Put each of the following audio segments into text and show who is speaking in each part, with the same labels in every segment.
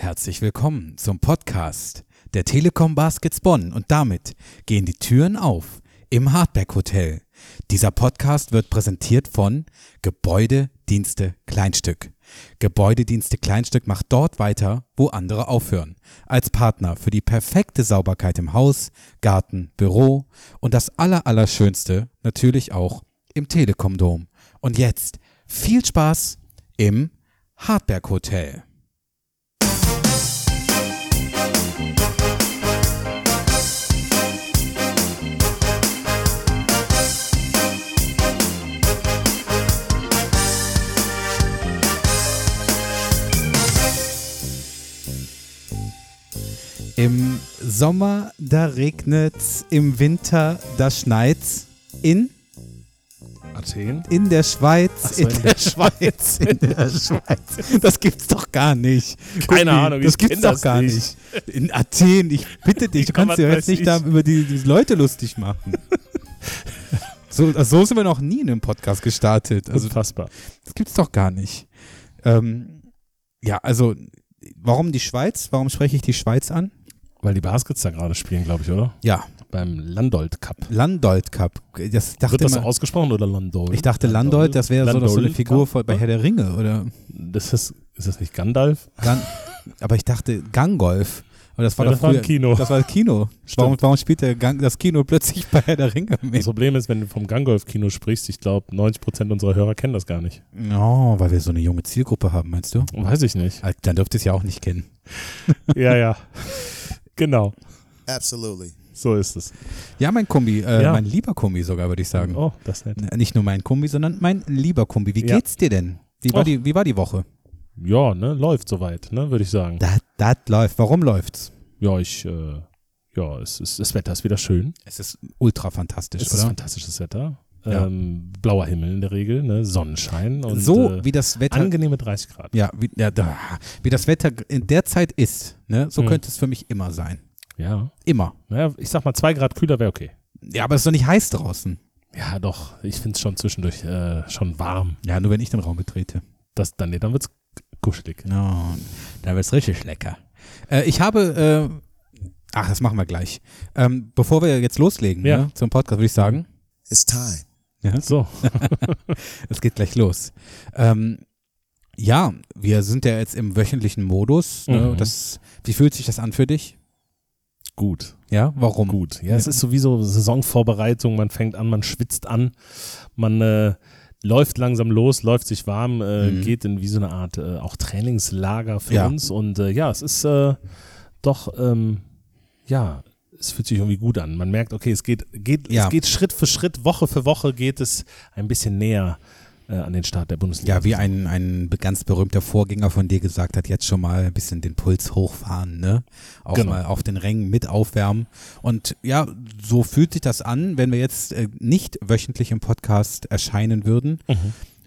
Speaker 1: Herzlich willkommen zum Podcast der Telekom Baskets Bonn und damit gehen die Türen auf im Hardback Hotel. Dieser Podcast wird präsentiert von Gebäudedienste Kleinstück. Gebäudedienste Kleinstück macht dort weiter, wo andere aufhören. Als Partner für die perfekte Sauberkeit im Haus, Garten, Büro und das Allerallerschönste natürlich auch im Telekom-Dom. Und jetzt viel Spaß im Hardberg Hotel. Im Sommer, da regnet's, im Winter, da schneit's. In?
Speaker 2: Athen?
Speaker 1: In der Schweiz,
Speaker 2: so,
Speaker 1: in,
Speaker 2: in
Speaker 1: der Schweiz, in der Schweiz. Das gibt's doch gar nicht.
Speaker 2: Keine Ahnung, ich
Speaker 1: das gibt's
Speaker 2: kenn
Speaker 1: doch
Speaker 2: das
Speaker 1: gar nicht.
Speaker 2: nicht.
Speaker 1: In Athen, ich bitte dich, du
Speaker 2: kann
Speaker 1: kannst dir
Speaker 2: man
Speaker 1: jetzt
Speaker 2: das
Speaker 1: nicht
Speaker 2: nicht?
Speaker 1: da über die, die Leute lustig machen. So, also so sind wir noch nie in einem Podcast gestartet. Also
Speaker 2: Unfassbar.
Speaker 1: das gibt's doch gar nicht. Ähm, ja, also warum die Schweiz? Warum spreche ich die Schweiz an?
Speaker 2: Weil die Baskets da gerade spielen, glaube ich, oder?
Speaker 1: Ja,
Speaker 2: Beim Landolt Cup.
Speaker 1: Landolt Cup. Das dachte
Speaker 2: Wird das so
Speaker 1: man-
Speaker 2: ausgesprochen oder Landolt?
Speaker 1: ich dachte Landolt, das wäre so, so eine
Speaker 2: Landolt
Speaker 1: Figur
Speaker 2: Cup,
Speaker 1: von, bei
Speaker 2: ne?
Speaker 1: Herr der Ringe oder
Speaker 2: Das ist, ist das nicht Gandalf?
Speaker 1: Gan aber ich dachte Gangolf. Aber das war
Speaker 2: Ja,
Speaker 1: doch
Speaker 2: das war
Speaker 1: früher,
Speaker 2: ein Kino.
Speaker 1: Das war das Kino. Warum, warum spielt der Gang, das Kino plötzlich bei Herr der Ringe
Speaker 2: Das
Speaker 1: mit?
Speaker 2: Problem ist, wenn du vom Gangolf-Kino sprichst, ich glaube, 90% unserer Hörer kennen das gar nicht.
Speaker 1: No, weil wir so eine junge Zielgruppe haben, meinst du?
Speaker 2: Weiß ich nicht.
Speaker 1: Ah, Dann dürft ihr es ja auch nicht kennen.
Speaker 2: Oh. ja, ja. Genau.
Speaker 3: Absolutely.
Speaker 2: So ist es.
Speaker 1: Ja, mein Kombi, äh,
Speaker 2: Ja.
Speaker 1: mein lieber Kombi sogar, würde ich sagen.
Speaker 2: Oh, das ist nett.
Speaker 1: N- Nicht nur mein Kombi, sondern mein lieber Kombi. Wie
Speaker 2: Ja.
Speaker 1: geht's dir denn? Wie war,
Speaker 2: Och.
Speaker 1: die, wie war die Woche?
Speaker 2: Ja, ne? Läuft soweit, ne? Würde ich sagen.
Speaker 1: Das, das läuft. Warum läuft's?
Speaker 2: Ja, ich, äh, ja, es ist, das Wetter ist wieder schön.
Speaker 1: Es ist ultra fantastisch,
Speaker 2: Es ist
Speaker 1: oder?
Speaker 2: fantastisches Wetter.
Speaker 1: Ja.
Speaker 2: Ähm, blauer Himmel in der Regel, ne? Sonnenschein und
Speaker 1: so
Speaker 2: äh,
Speaker 1: wie das Wetter.
Speaker 2: angenehme 30 Grad.
Speaker 1: Ja, wie, ja, da, wie das Wetter in der Zeit ist, ne? so
Speaker 2: Hm.
Speaker 1: könnte es für mich immer sein.
Speaker 2: Ja.
Speaker 1: Immer.
Speaker 2: Naja, ich sag mal, zwei Grad kühler wäre okay.
Speaker 1: Ja, aber es ist doch nicht heiß draußen.
Speaker 2: Ja, doch. Ich find's schon zwischendurch äh, schon warm.
Speaker 1: Ja, nur wenn ich den Raum betrete.
Speaker 2: Das, dann, nee, dann wird's kuschelig.
Speaker 1: No, dann wird's richtig lecker. Äh, ich habe, äh, ach, das machen wir gleich. Ähm, bevor wir jetzt loslegen
Speaker 2: Ja.
Speaker 1: ne, zum Podcast, würde ich sagen,
Speaker 3: It's time.
Speaker 2: So,
Speaker 1: es geht gleich los. Ähm, ja, wir sind ja jetzt im wöchentlichen Modus. Ne?
Speaker 2: Mhm.
Speaker 1: Das, wie fühlt sich das an für dich?
Speaker 2: gut.
Speaker 1: Ja, warum?
Speaker 2: Gut. Um Ja, es ist sowieso Saisonvorbereitung. Man fängt an, man schwitzt an, man äh, läuft langsam los, läuft sich warm, äh,
Speaker 1: Mhm.
Speaker 2: geht in wie so eine Art äh, auch Trainingslager für
Speaker 1: Ja.
Speaker 2: uns. Und äh, ja, es ist äh, doch, ähm, ja, es fühlt sich irgendwie gut an. Man merkt, okay, es geht, geht,
Speaker 1: Ja.
Speaker 2: es geht Schritt für Schritt, Woche für Woche geht es ein bisschen näher äh, an den Start der Bundesliga.
Speaker 1: Ja, wie ein, ein ganz berühmter Vorgänger von dir gesagt hat, jetzt schon mal ein bisschen den Puls hochfahren, ne? Auch
Speaker 2: Genau.
Speaker 1: mal auf den Rängen mit aufwärmen. Und ja, so fühlt sich das an, wenn wir jetzt äh, nicht wöchentlich im Podcast erscheinen würden.
Speaker 2: Mhm.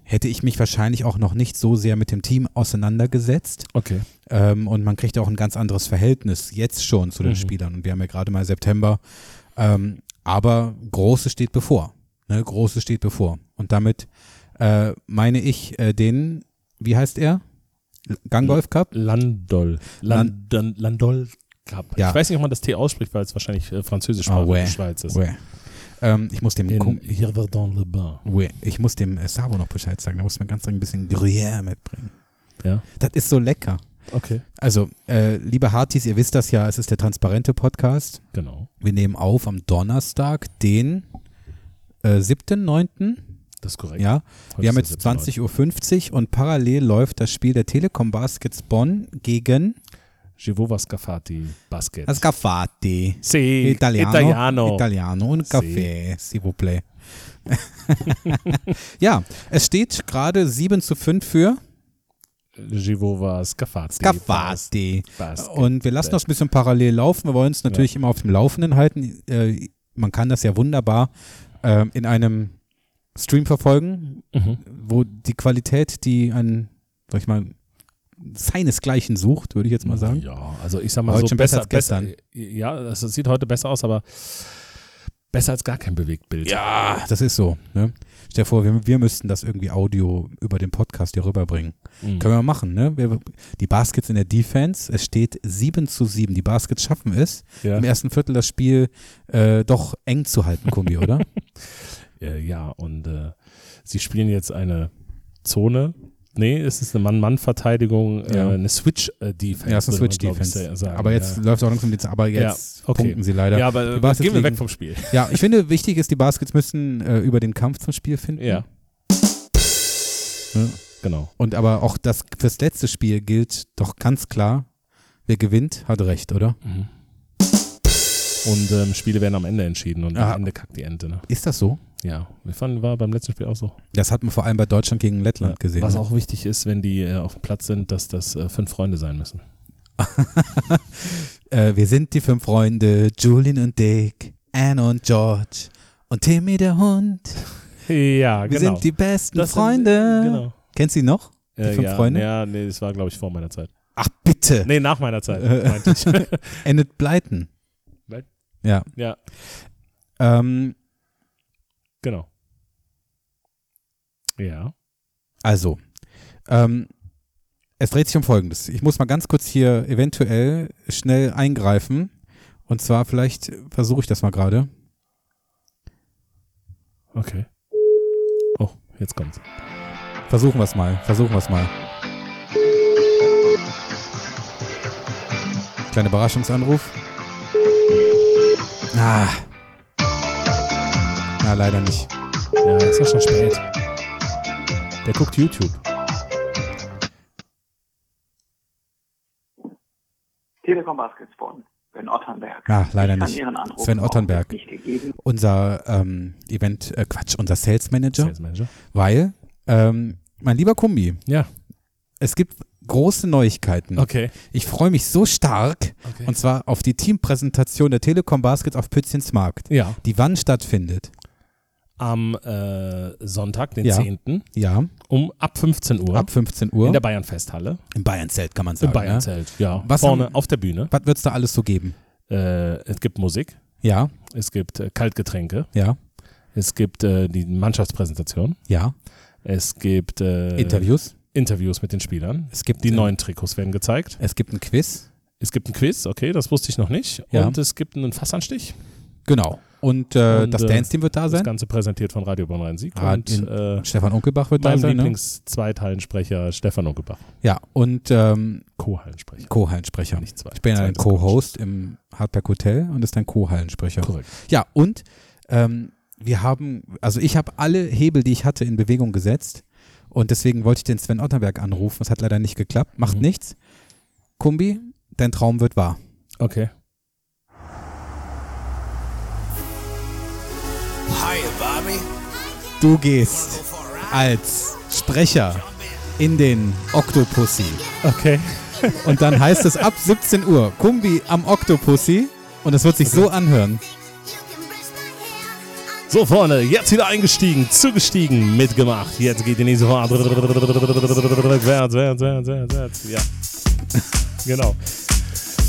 Speaker 1: Hätte ich mich wahrscheinlich auch noch nicht so sehr mit dem Team auseinandergesetzt.
Speaker 2: Okay.
Speaker 1: Ähm, und man kriegt auch ein ganz anderes Verhältnis jetzt schon zu den
Speaker 2: Mhm.
Speaker 1: Spielern. Und wir haben ja gerade mal September. Ähm, aber Großes steht bevor. Ne? Großes steht bevor. Und damit äh, meine ich äh, den, wie heißt er? Gangolf Cup?
Speaker 2: Landol.
Speaker 1: Lan-
Speaker 2: Land, Lan, Landol Cup.
Speaker 1: Ja.
Speaker 2: Ich weiß nicht, ob man das T ausspricht, weil es wahrscheinlich äh, französisch
Speaker 1: Ah, ouais.
Speaker 2: in der Schweiz ist.
Speaker 1: Ué. Ähm, ich muss dem
Speaker 2: In
Speaker 1: Kum-
Speaker 2: Hirverdon-le-Bain.
Speaker 1: Ué. ich muss dem äh, Sabo noch Bescheid sagen. Da muss man ganz dringend ein bisschen Gruyère mitbringen.
Speaker 2: Ja.
Speaker 1: Das ist so lecker.
Speaker 2: Okay.
Speaker 1: Also, äh, liebe Hartis, ihr wisst das ja, es ist der transparente Podcast.
Speaker 2: Genau.
Speaker 1: Wir nehmen auf am Donnerstag, den äh, 7.9.
Speaker 2: Das ist korrekt.
Speaker 1: Ja,
Speaker 2: Heute
Speaker 1: wir haben
Speaker 2: ist
Speaker 1: jetzt
Speaker 2: der 17.
Speaker 1: 20.50 Uhr und parallel läuft das Spiel der Telekom Baskets Bonn gegen
Speaker 2: Givova Scafati Basket.
Speaker 1: Ascafati.
Speaker 2: sì,
Speaker 1: Italiano,
Speaker 2: Italiano.
Speaker 1: Italiano und Kaffee, s'il vous plaît. ja, es steht gerade 7 zu 5 für
Speaker 2: Givova Scafati.
Speaker 1: Scafati.
Speaker 2: Basket.
Speaker 1: Äh, Und wir lassen das ein bisschen parallel laufen. Wir wollen es natürlich immer auf dem Laufenden halten. Äh, man kann das ja wunderbar ähm, in einem Stream verfolgen,
Speaker 2: Mhm.
Speaker 1: wo die Qualität, die ein, sag ich mal, seinesgleichen sucht, würde ich jetzt mal sagen.
Speaker 2: Ja, also ich sag mal
Speaker 1: Heute
Speaker 2: so
Speaker 1: schon besser als gestern.
Speaker 2: Ja, also es sieht heute besser aus, aber Besser als gar kein Bewegtbild.
Speaker 1: Ja, das ist so. Ne? Stell dir vor, wir, wir müssten das irgendwie Audio über den Podcast hier rüberbringen.
Speaker 2: Mhm.
Speaker 1: Können wir machen, ne? Wir, die Baskets in der Defense, es steht 7 zu 7. Die Baskets schaffen es,
Speaker 2: Ja.
Speaker 1: im ersten Viertel das Spiel äh, doch eng zu halten, Kumbi, oder?
Speaker 2: Äh, ja, und äh, sie spielen jetzt eine Zone. Nee, es ist eine Mann-Mann-Verteidigung,
Speaker 1: Ja.
Speaker 2: äh, eine Switch-Defense.
Speaker 1: ja, es ist eine
Speaker 2: würde man, glaub ich, sa-
Speaker 1: Switch-Defense.
Speaker 2: sagen,
Speaker 1: Aber jetzt
Speaker 2: ja.
Speaker 1: läuft auch langsam die Zeit. Aber jetzt
Speaker 2: okay.
Speaker 1: punkten sie leider.
Speaker 2: Ja,
Speaker 1: Ja.
Speaker 2: aber
Speaker 1: Die
Speaker 2: äh,
Speaker 1: Baskets
Speaker 2: gehen wir
Speaker 1: liegen-
Speaker 2: weg vom Spiel.
Speaker 1: ich finde, wichtig ist, die Baskets müssen äh, über den Kampf zum Spiel finden.
Speaker 2: Ja.
Speaker 1: Ja.
Speaker 2: Genau.
Speaker 1: Und aber auch das fürs letzte Spiel gilt doch ganz klar, wer gewinnt, hat recht, oder?
Speaker 2: Mhm. Und ähm, Spiele werden am Ende entschieden und
Speaker 1: Ja.
Speaker 2: am Ende kackt die Ente. Ne?
Speaker 1: Ist das so?
Speaker 2: Ja, wir fanden, war beim letzten Spiel auch so.
Speaker 1: Das hat man vor allem bei Deutschland gegen Lettland
Speaker 2: Ja.
Speaker 1: gesehen.
Speaker 2: Was
Speaker 1: ne?
Speaker 2: auch wichtig ist, wenn die äh, auf dem Platz sind, dass das äh, fünf Freunde sein müssen.
Speaker 1: Äh, wir sind die fünf Freunde, Julian und Dick, Anne und George und Timmy der Hund.
Speaker 2: Ja, genau.
Speaker 1: Wir sind die besten
Speaker 2: Das sind-
Speaker 1: Freunde.
Speaker 2: genau.
Speaker 1: Kennst du ihn noch? Die
Speaker 2: Äh,
Speaker 1: fünf
Speaker 2: ja,
Speaker 1: Freunde?
Speaker 2: Ja, nee, das war, glaube ich, vor meiner Zeit.
Speaker 1: Ach bitte,
Speaker 2: Nee, nach meiner Zeit.
Speaker 1: Äh.
Speaker 2: meinte ich.
Speaker 1: endet Bleiten.
Speaker 2: Bleit-
Speaker 1: Ja.
Speaker 2: ja,
Speaker 1: Ähm,
Speaker 2: genau. Ja.
Speaker 1: also, ähm, es dreht sich um Folgendes. Ich muss mal ganz kurz hier eventuell schnell eingreifen. Und zwar vielleicht äh, versuche ich das mal gerade.
Speaker 2: Okay. Oh, jetzt kommt's.
Speaker 1: Versuchen wir es mal. Versuchen wir es mal. Kleiner Überraschungsanruf. Ah. Na, leider nicht.
Speaker 2: Ja, ist ja schon spät. Der guckt YouTube.
Speaker 4: Telekom Baskets Bonn, Sven Otternberg.
Speaker 1: Na, leider
Speaker 4: Ich kann
Speaker 1: nicht.
Speaker 4: Ihren Anruf
Speaker 1: Sven
Speaker 4: auch
Speaker 1: Otternberg.
Speaker 4: nicht gegeben.
Speaker 1: Unser ähm, Event, äh, Quatsch, unser Sales Manager,
Speaker 2: Sales Manager.
Speaker 1: weil, ähm, mein lieber Kumbi,
Speaker 2: Ja,
Speaker 1: es gibt große Neuigkeiten.
Speaker 2: okay.
Speaker 1: Ich freue mich so stark,
Speaker 2: okay.
Speaker 1: und zwar auf die Teampräsentation der Telekom Baskets auf Pützchens Markt,
Speaker 2: ja,
Speaker 1: die wann stattfindet.
Speaker 2: am äh, Sonntag, den
Speaker 1: Ja.
Speaker 2: 10.
Speaker 1: Ja,
Speaker 2: um ab 15 Uhr
Speaker 1: ab 15 Uhr.
Speaker 2: in der Bayern-Festhalle.
Speaker 1: Im Bayern-Zelt kann man sagen.
Speaker 2: Im Bayern-Zelt, ja.
Speaker 1: Was
Speaker 2: Vorne
Speaker 1: haben-
Speaker 2: auf der Bühne.
Speaker 1: Ne? Was wird es da alles so geben?
Speaker 2: Äh, es gibt Musik,
Speaker 1: Ja,
Speaker 2: es gibt äh, Kaltgetränke,
Speaker 1: ja,
Speaker 2: es gibt äh, die Mannschaftspräsentation,
Speaker 1: ja.
Speaker 2: es gibt äh,
Speaker 1: Interviews.
Speaker 2: Interviews mit den Spielern.
Speaker 1: Es gibt
Speaker 2: Die
Speaker 1: äh,
Speaker 2: neuen Trikots werden gezeigt.
Speaker 1: Es gibt ein Quiz.
Speaker 2: Es gibt ein Quiz, okay, das wusste ich noch nicht.
Speaker 1: Ja.
Speaker 2: Und es gibt einen Fassanstich.
Speaker 1: Genau. Und, äh,
Speaker 2: Und,
Speaker 1: das
Speaker 2: äh,
Speaker 1: Dance-Team wird da
Speaker 2: Das
Speaker 1: sein.
Speaker 2: Ganze präsentiert von Radio Bonn Rhein-Sieg
Speaker 1: Ah,
Speaker 2: und
Speaker 1: den-
Speaker 2: äh,
Speaker 1: Stefan Unkelbach wird da
Speaker 2: meinem
Speaker 1: sein. Ne?
Speaker 2: Lieblings-Zweitallensprecher Stefan Ogebach.
Speaker 1: Ja, und ähm,
Speaker 2: Co-Hallensprecher.
Speaker 1: Co-Hallensprecher.
Speaker 2: Nicht zwei.
Speaker 1: Ich bin ja
Speaker 2: Zwei
Speaker 1: ein
Speaker 2: ist Quatsch.
Speaker 1: Co-Host im Hardback Hotel und ist ein Co-Hallensprecher.
Speaker 2: Korrekt.
Speaker 1: Ja, und ähm, wir haben, also ich habe alle Hebel, die ich hatte, in Bewegung gesetzt. Und deswegen wollte ich den Sven Otterberg anrufen. Das hat leider nicht geklappt. Macht
Speaker 2: Mhm.
Speaker 1: nichts. Kumbi, dein Traum wird wahr.
Speaker 2: Okay.
Speaker 5: Hiya, Bobby.
Speaker 1: Du gehst als Sprecher in den Octopussy.
Speaker 2: Okay.
Speaker 1: Und dann heißt es ab 17 Uhr Kumbi am Octopussy. Und es wird sich so anhören.
Speaker 2: So, Freunde, jetzt wieder eingestiegen, zugestiegen, mitgemacht. Jetzt geht die nächste Fahrt. Wärts, wärts, wärts, wärts, wärts. Ja. Genau.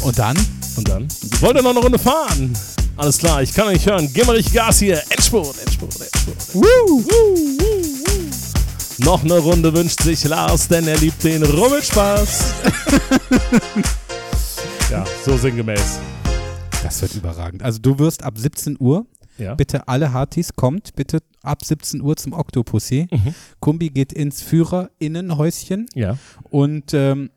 Speaker 1: Und dann,
Speaker 2: Und dann? Wollt ihr noch eine Runde fahren? Alles klar, ich kann euch hören. Geh mal richtig Gas hier. Endspurt, Endspurt, Endspurt. Woo, woo, woo, woo. Noch eine Runde wünscht sich Lars, denn er liebt den Rummelspaß. ja, so sinngemäß.
Speaker 1: das wird überragend. Also du wirst ab 17 Uhr,
Speaker 2: Ja.
Speaker 1: bitte alle Hartis, kommt bitte ab 17 Uhr zum Octopussy.
Speaker 2: Mhm.
Speaker 1: Kumbi geht ins Führerinnenhäuschen
Speaker 2: Ja.
Speaker 1: und ähm,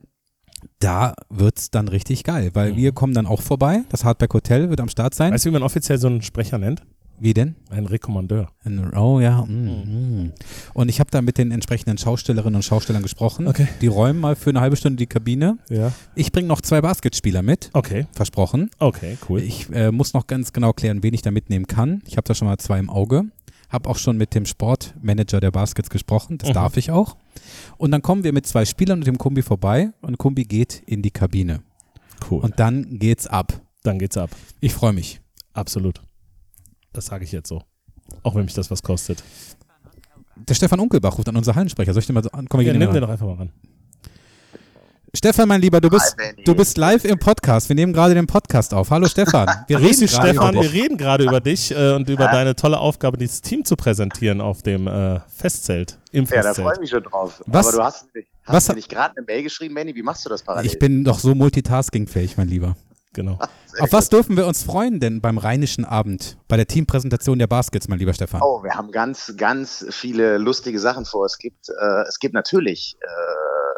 Speaker 1: da wird's dann richtig geil,
Speaker 2: Mhm.
Speaker 1: weil wir kommen dann auch vorbei. Das Hardback Hotel wird am Start sein.
Speaker 2: Weißt du, wie man offiziell so einen Sprecher nennt?
Speaker 1: Wie denn?
Speaker 2: Ein Rekommandeur.
Speaker 1: Ein- Oh ja.
Speaker 2: Mhm.
Speaker 1: Mm, mm. Und ich habe da mit den entsprechenden Schaustellerinnen und Schaustellern gesprochen.
Speaker 2: Okay.
Speaker 1: Die räumen mal für eine halbe Stunde die Kabine.
Speaker 2: Ja. Oh.
Speaker 1: Ich bringe noch zwei Basketspieler mit,
Speaker 2: Okay,
Speaker 1: versprochen.
Speaker 2: okay, cool.
Speaker 1: Ich äh, muss noch ganz genau klären, wen ich da mitnehmen kann. Ich habe da schon mal zwei im Auge. Habe auch schon mit dem Sportmanager der Baskets gesprochen. Das
Speaker 2: Mhm.
Speaker 1: darf ich auch. Und dann kommen wir mit zwei Spielern und dem Kumbi vorbei und Kumbi geht in die Kabine.
Speaker 2: cool. Und
Speaker 1: Und dann geht's ab.
Speaker 2: dann geht's ab.
Speaker 1: Ich freue mich.
Speaker 2: Absolut. Das sage ich jetzt so. Auch wenn mich das was kostet.
Speaker 1: Der Stefan Unkelbach ruft an unser Hallensprecher. Soll ich den mal so an? Komm, wir
Speaker 2: Ja,
Speaker 1: gehen
Speaker 2: nimm
Speaker 1: den
Speaker 2: den
Speaker 1: mal
Speaker 2: doch einfach mal ran.
Speaker 1: Stefan, mein Lieber, du bist,
Speaker 6: Hi, Benny.
Speaker 1: du bist live im Podcast. Wir nehmen gerade den Podcast auf. Hallo Stefan. Wir
Speaker 2: Grüß dich,
Speaker 1: gerade
Speaker 2: Stefan.
Speaker 1: über
Speaker 2: Wir
Speaker 1: dich.
Speaker 2: reden gerade über dich äh, und über deine tolle Aufgabe, dieses Team zu präsentieren auf dem äh, Festzelt. Im
Speaker 6: Ja, da freue ich
Speaker 2: Festzelt.
Speaker 6: mich schon drauf.
Speaker 1: Was-
Speaker 6: Aber du hast, hast
Speaker 1: was-
Speaker 6: du nicht gerade eine Mail geschrieben, Benny? Wie machst du das parallel?
Speaker 1: Ich bin doch so multitaskingfähig, mein Lieber.
Speaker 2: Genau.
Speaker 6: Sehr
Speaker 1: Auf was dürfen wir uns freuen denn beim Rheinischen Abend? Bei der Teampräsentation der Baskets, mein lieber Stefan.
Speaker 6: Oh, wir haben ganz, ganz viele lustige Sachen vor. Es gibt, äh, es gibt natürlich äh,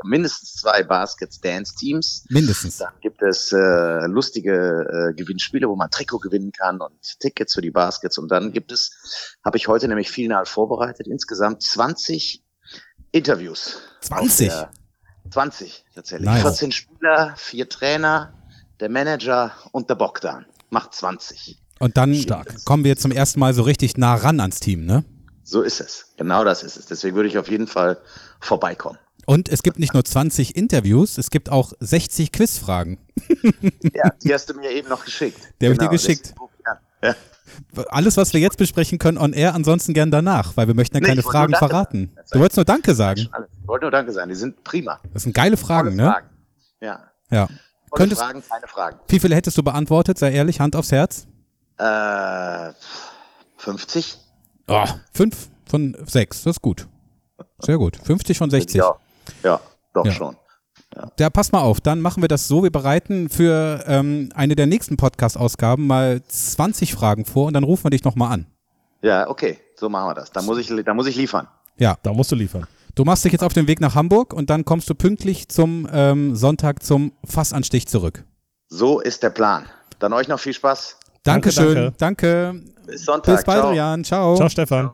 Speaker 6: mindestens zwei Baskets-Dance-Teams.
Speaker 1: Mindestens.
Speaker 6: Dann gibt es äh, lustige äh, Gewinnspiele, wo man Trikot gewinnen kann und Tickets für die Baskets. Und dann gibt es, habe ich heute nämlich final vorbereitet, insgesamt 20 Interviews.
Speaker 1: 20?
Speaker 6: Auf der- 20 tatsächlich.
Speaker 1: Nice.
Speaker 6: 14 Spieler, vier Trainer, der Manager und der Bogdan. Macht 20.
Speaker 1: Und dann kommen wir zum ersten Mal so richtig nah ran ans Team, ne?
Speaker 6: So ist es. Genau das ist es. Deswegen würde ich auf jeden Fall vorbeikommen.
Speaker 1: Und es gibt nicht nur 20 Interviews, es gibt auch 60 Quizfragen.
Speaker 6: Ja, die hast du mir eben noch geschickt.
Speaker 1: Die hab ich dir geschickt.
Speaker 6: deswegen ruf ich an. Ja.
Speaker 1: Alles, was wir jetzt besprechen können on air, ansonsten gern danach, weil wir möchten ja
Speaker 6: Nee,
Speaker 1: keine
Speaker 6: ich wollte
Speaker 1: Fragen
Speaker 6: nur Danke
Speaker 1: verraten.
Speaker 6: sagen.
Speaker 1: Du wolltest nur Danke sagen.
Speaker 6: Alles. Ich wollte nur Danke sagen. Die sind prima.
Speaker 1: Das sind geile
Speaker 6: Tolle
Speaker 1: Fragen, ne?
Speaker 6: Fragen. Ja.
Speaker 1: Ja.
Speaker 6: Tolle
Speaker 1: Könntest,
Speaker 6: Fragen, keine Fragen.
Speaker 1: wie viele hättest du beantwortet, sei ehrlich, Hand aufs Herz?
Speaker 6: Äh, 50?
Speaker 1: Oh, fünf von sechs, das ist gut. Sehr gut. 50 von 60.
Speaker 6: Ja, ja doch
Speaker 1: Ja.
Speaker 6: schon.
Speaker 1: Da pass mal auf, dann machen wir das so. Wir bereiten für ähm, eine der nächsten Podcast-Ausgaben mal 20 Fragen vor und dann rufen wir dich nochmal an.
Speaker 6: Ja, okay, so machen wir das. Da muss ich, da muss ich liefern.
Speaker 1: Ja.
Speaker 2: Da musst du liefern.
Speaker 1: Du machst dich jetzt auf den Weg nach Hamburg und dann kommst du pünktlich zum ähm, Sonntag zum Fassanstich zurück.
Speaker 6: So ist der Plan. Dann euch noch viel Spaß.
Speaker 2: Danke,
Speaker 1: Dankeschön. Danke.
Speaker 6: Bis Sonntag.
Speaker 1: Bis bald,
Speaker 6: Ciao.
Speaker 1: Rian. Ciao.
Speaker 2: Ciao, Stefan.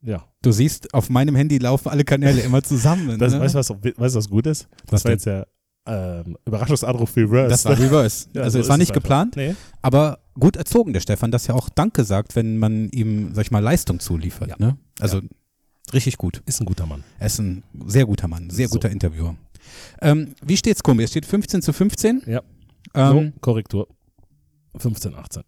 Speaker 2: Ja.
Speaker 1: Du siehst, auf meinem Handy laufen alle Kanäle immer zusammen.
Speaker 2: Das,
Speaker 1: ne?
Speaker 2: Weißt du, was, weißt, du, was gut ist?
Speaker 1: Was
Speaker 2: Das war jetzt der ähm, Überraschungsanruf Reverse.
Speaker 1: das war reverse.
Speaker 2: Ja,
Speaker 1: also
Speaker 2: so
Speaker 1: es war
Speaker 2: ist
Speaker 1: nicht
Speaker 2: einfach.
Speaker 1: geplant,
Speaker 2: Nee.
Speaker 1: aber gut erzogen, der Stefan, dass ja auch Danke sagt, wenn man ihm, sag ich mal, Leistung zuliefert. Ne? Also richtig gut.
Speaker 2: Ist ein guter Mann.
Speaker 1: Er ist ein sehr guter Mann, sehr
Speaker 2: So.
Speaker 1: guter Interviewer. Ähm, wie steht's, Kumbi? Es steht 15 zu 15.
Speaker 2: Ja.
Speaker 1: Ähm,
Speaker 2: so, Korrektur. 15, 18.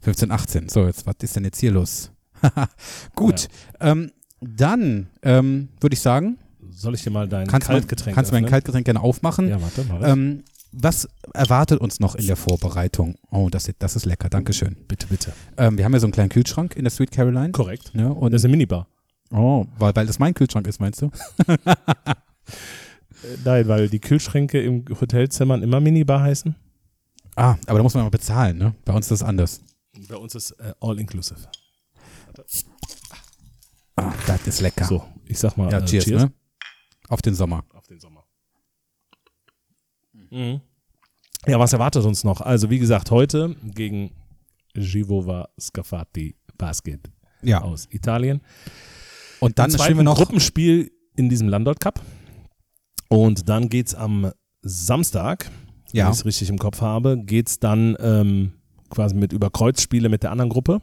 Speaker 1: 15, 18. So, jetzt, was ist denn jetzt hier los? Gut. Ähm, dann ähm, würde ich sagen,
Speaker 2: Soll ich dir mal dein
Speaker 1: kannst, mein,
Speaker 2: Kaltgetränk
Speaker 1: kannst du mein
Speaker 2: öffnen?
Speaker 1: Kaltgetränk gerne aufmachen.
Speaker 2: Ja, warte mal.
Speaker 1: ähm, was erwartet uns noch in der Vorbereitung? Oh, das, ist- das ist lecker, Dankeschön.
Speaker 2: bitte, bitte.
Speaker 1: Ähm, wir haben ja so einen kleinen Kühlschrank in der Sweet Caroline.
Speaker 2: Korrekt.
Speaker 1: Ne? Und,
Speaker 2: Das ist eine Minibar.
Speaker 1: oh, weil, weil das mein Kühlschrank ist, meinst du?
Speaker 2: Ah. Äh, Nein, weil die Kühlschränke im Hotelzimmern immer Minibar heißen.
Speaker 1: Ah, aber da muss man mal bezahlen, ne? Bei uns ist das anders.
Speaker 2: Bei uns ist äh, all inclusive.
Speaker 1: Ah, das ist lecker.
Speaker 2: So, ich sag mal.
Speaker 1: Ja,
Speaker 2: äh,
Speaker 1: cheers, ne? Auf den Sommer.
Speaker 2: auf den Sommer. Ja, was erwartet uns noch? Also, wie gesagt, heute gegen Givova Scafati Basket
Speaker 1: Ja.
Speaker 2: aus Italien.
Speaker 1: Und dann
Speaker 2: Im
Speaker 1: spielen wir
Speaker 2: zweiten
Speaker 1: noch.
Speaker 2: Gruppenspiel in diesem Landort Cup. Und dann geht's am Samstag,
Speaker 1: ja,
Speaker 2: wenn ich es richtig im Kopf habe, geht's dann ähm, quasi mit Überkreuzspiele mit der anderen Gruppe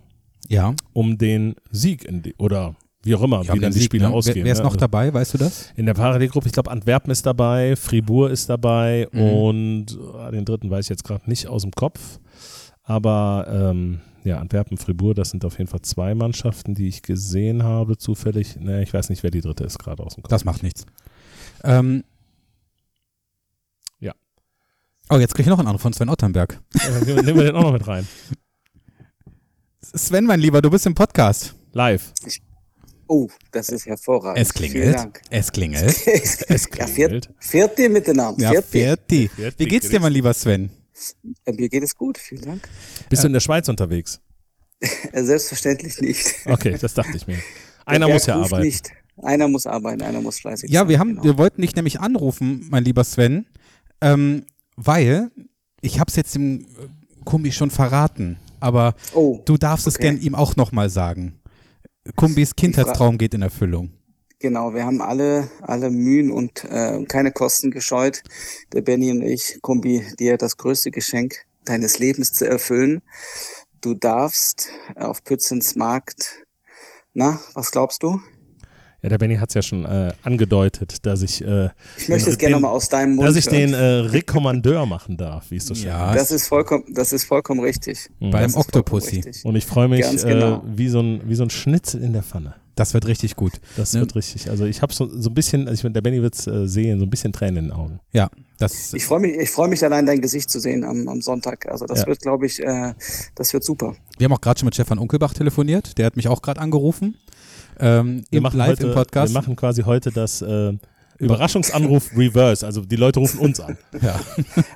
Speaker 1: ja.
Speaker 2: um den Sieg in die, oder wie auch immer,
Speaker 1: ja
Speaker 2: wie dann die Spiele
Speaker 1: ne?
Speaker 2: ausgehen.
Speaker 1: Wer, wer ist
Speaker 2: ne?
Speaker 1: noch
Speaker 2: Also-
Speaker 1: dabei, weißt du das?
Speaker 2: In der Parallelgruppe, ich glaube, Antwerpen ist dabei, Fribourg ist dabei
Speaker 1: Mhm.
Speaker 2: und äh, den dritten weiß ich jetzt gerade nicht aus dem Kopf. Aber ähm, ja, Antwerpen, Fribourg, das sind auf jeden Fall zwei Mannschaften, die ich gesehen habe, zufällig. Ne, ich weiß nicht, wer die dritte ist, gerade aus dem Kopf.
Speaker 1: Das macht nichts. Ähm,
Speaker 2: Ja.
Speaker 1: Oh, jetzt kriege ich noch einen Anruf von Sven Otternberg.
Speaker 2: Äh, nehmen wir- nehmen wir den auch noch mit rein.
Speaker 1: Sven, mein Lieber, du bist im Podcast.
Speaker 2: Live.
Speaker 7: Oh, das ist hervorragend.
Speaker 1: Es
Speaker 7: Vielen
Speaker 1: klingelt.
Speaker 7: Dank.
Speaker 1: Es klingelt.
Speaker 7: Es
Speaker 2: klingelt.
Speaker 7: Ja, viert, viert ihr miteinander.
Speaker 1: Ja,
Speaker 7: viert ihr.
Speaker 1: Ferti.
Speaker 2: Ferti,
Speaker 1: Wie geht's dir, mein lieber Sven?
Speaker 7: Äh, Mir geht es gut, vielen Dank.
Speaker 2: Bist du in der Schweiz unterwegs?
Speaker 7: Äh, Selbstverständlich nicht.
Speaker 2: Okay, das dachte ich mir. Einer
Speaker 7: Wer
Speaker 2: muss ja
Speaker 7: ruft
Speaker 2: arbeiten.
Speaker 7: Nicht. Einer muss arbeiten, einer muss fleißig
Speaker 1: Ja,
Speaker 7: sein.
Speaker 1: wir haben,
Speaker 7: genau.
Speaker 1: wir wollten dich nämlich anrufen, mein lieber Sven, ähm, weil ich hab's jetzt dem äh, Kumbi schon verraten, aber
Speaker 7: Oh,
Speaker 1: du darfst es
Speaker 7: Okay.
Speaker 1: gern ihm auch nochmal sagen. Kumbis Kindheitstraum geht in Erfüllung.
Speaker 7: genau. Wir haben alle, alle Mühen und äh, keine Kosten gescheut. Der Benny und ich, Kombi, dir das größte Geschenk deines Lebens zu erfüllen. Du darfst auf Pützens Markt, na, was glaubst du?
Speaker 2: Ja, der Benny hat es ja schon äh, angedeutet, dass ich, äh,
Speaker 7: Ich möchte
Speaker 2: den-
Speaker 7: es gerne
Speaker 2: den-
Speaker 7: nochmal aus deinem Mund
Speaker 2: dass ich
Speaker 7: hören.
Speaker 2: den äh, Rekommandeur machen darf, wie es so schön
Speaker 1: Ja,
Speaker 7: Das ist vollkommen, das ist vollkommen richtig.
Speaker 1: Beim
Speaker 2: Mhm.
Speaker 7: Das ist vollkommen
Speaker 1: Octopussy.
Speaker 7: richtig.
Speaker 2: Und ich freue mich
Speaker 7: Ganz genau.
Speaker 2: äh, wie, so ein, wie so ein Schnitzel in der Pfanne.
Speaker 1: Das wird richtig gut.
Speaker 2: Das
Speaker 1: Ne?
Speaker 2: wird richtig. Also ich habe so, so ein bisschen, also ich meine, der Benny wird's äh, sehen, so ein bisschen Tränen in den Augen.
Speaker 1: Ja, das
Speaker 7: Ich freue mich, ich freue mich allein dein Gesicht zu sehen am, am Sonntag. Also das
Speaker 2: Ja.
Speaker 7: wird, glaube ich, äh, das wird super.
Speaker 1: Wir haben auch gerade schon mit Stefan Unkelbach telefoniert. Der hat mich auch gerade angerufen. Ähm,
Speaker 2: Wir
Speaker 1: im,
Speaker 2: machen
Speaker 1: live
Speaker 2: heute,
Speaker 1: im Podcast.
Speaker 2: Wir machen quasi heute das äh, Überraschungsanruf Reverse. Also die Leute rufen uns an.
Speaker 1: ja.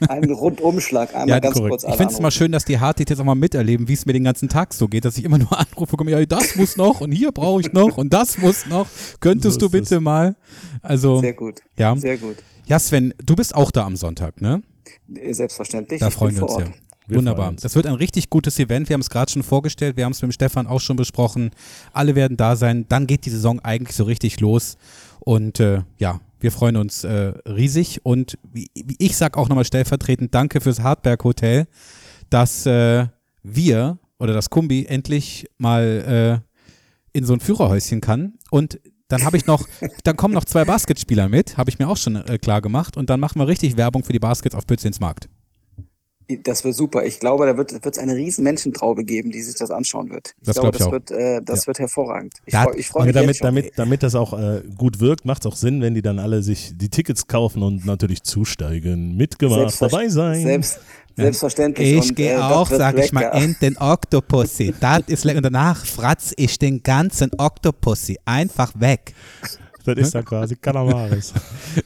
Speaker 7: Einen Rundumschlag, einmal
Speaker 1: Ja,
Speaker 7: ganz
Speaker 2: korrekt.
Speaker 7: kurz alle
Speaker 1: Ich finde es mal
Speaker 7: anrufen.
Speaker 1: schön, dass die Hartis jetzt auch mal miterleben, wie es mir den ganzen Tag so geht, dass ich immer nur Anrufe bekomme, ja, das muss noch und hier brauche ich noch und das muss noch. Könntest
Speaker 2: So
Speaker 1: du
Speaker 2: ist
Speaker 1: bitte mal? Also,
Speaker 7: Sehr gut.
Speaker 1: ja.
Speaker 7: Sehr gut.
Speaker 1: Ja, Sven, du bist auch da am Sonntag, ne?
Speaker 7: Selbstverständlich.
Speaker 1: Da
Speaker 7: ich bin
Speaker 1: freuen wir
Speaker 7: vor
Speaker 1: uns
Speaker 7: Ort.
Speaker 1: ja.
Speaker 2: Wir
Speaker 1: Wunderbar.
Speaker 2: freuen uns.
Speaker 1: Das wird ein richtig gutes Event. Wir haben es gerade schon vorgestellt. Wir haben es mit dem Stefan auch schon besprochen. Alle werden da sein. Dann geht die Saison eigentlich so richtig los. Und äh, ja, wir freuen uns äh, riesig. Und wie, wie ich sag auch nochmal stellvertretend, danke fürs Hartberg Hotel, dass äh, wir oder das Kumbi endlich mal äh, in so ein Führerhäuschen kann. Und dann habe ich noch, dann kommen noch zwei Basketspieler mit, habe ich mir auch schon äh, klar gemacht. Und dann machen wir richtig Werbung für die Baskets auf Bützins Markt.
Speaker 7: Das wird super. Ich glaube, da wird es eine riesen Menschentraube geben, die sich das anschauen wird.
Speaker 1: Das
Speaker 7: glaube,
Speaker 1: glaub ich
Speaker 7: das
Speaker 1: auch.
Speaker 7: wird, äh, das
Speaker 1: Ja.
Speaker 7: wird hervorragend. Ich
Speaker 1: Da-
Speaker 7: freue ich freu mich Oh, jetzt
Speaker 2: damit,
Speaker 7: schon.
Speaker 2: damit, damit das auch äh, gut wirkt, macht es auch Sinn, wenn die dann alle sich die Tickets kaufen und natürlich zusteigen, mitgemacht,
Speaker 7: Selbstver-
Speaker 2: dabei sein.
Speaker 7: Selbst, selbstverständlich.
Speaker 1: Ich
Speaker 7: Und,
Speaker 1: gehe
Speaker 7: äh, das
Speaker 1: auch,
Speaker 7: wird
Speaker 1: sag ich mal,
Speaker 7: lecker.
Speaker 1: in den Oktopussy. Das ist lecker. Und danach fratz ich den ganzen Oktopussy einfach weg.
Speaker 2: Das ist dann quasi Kalamaris.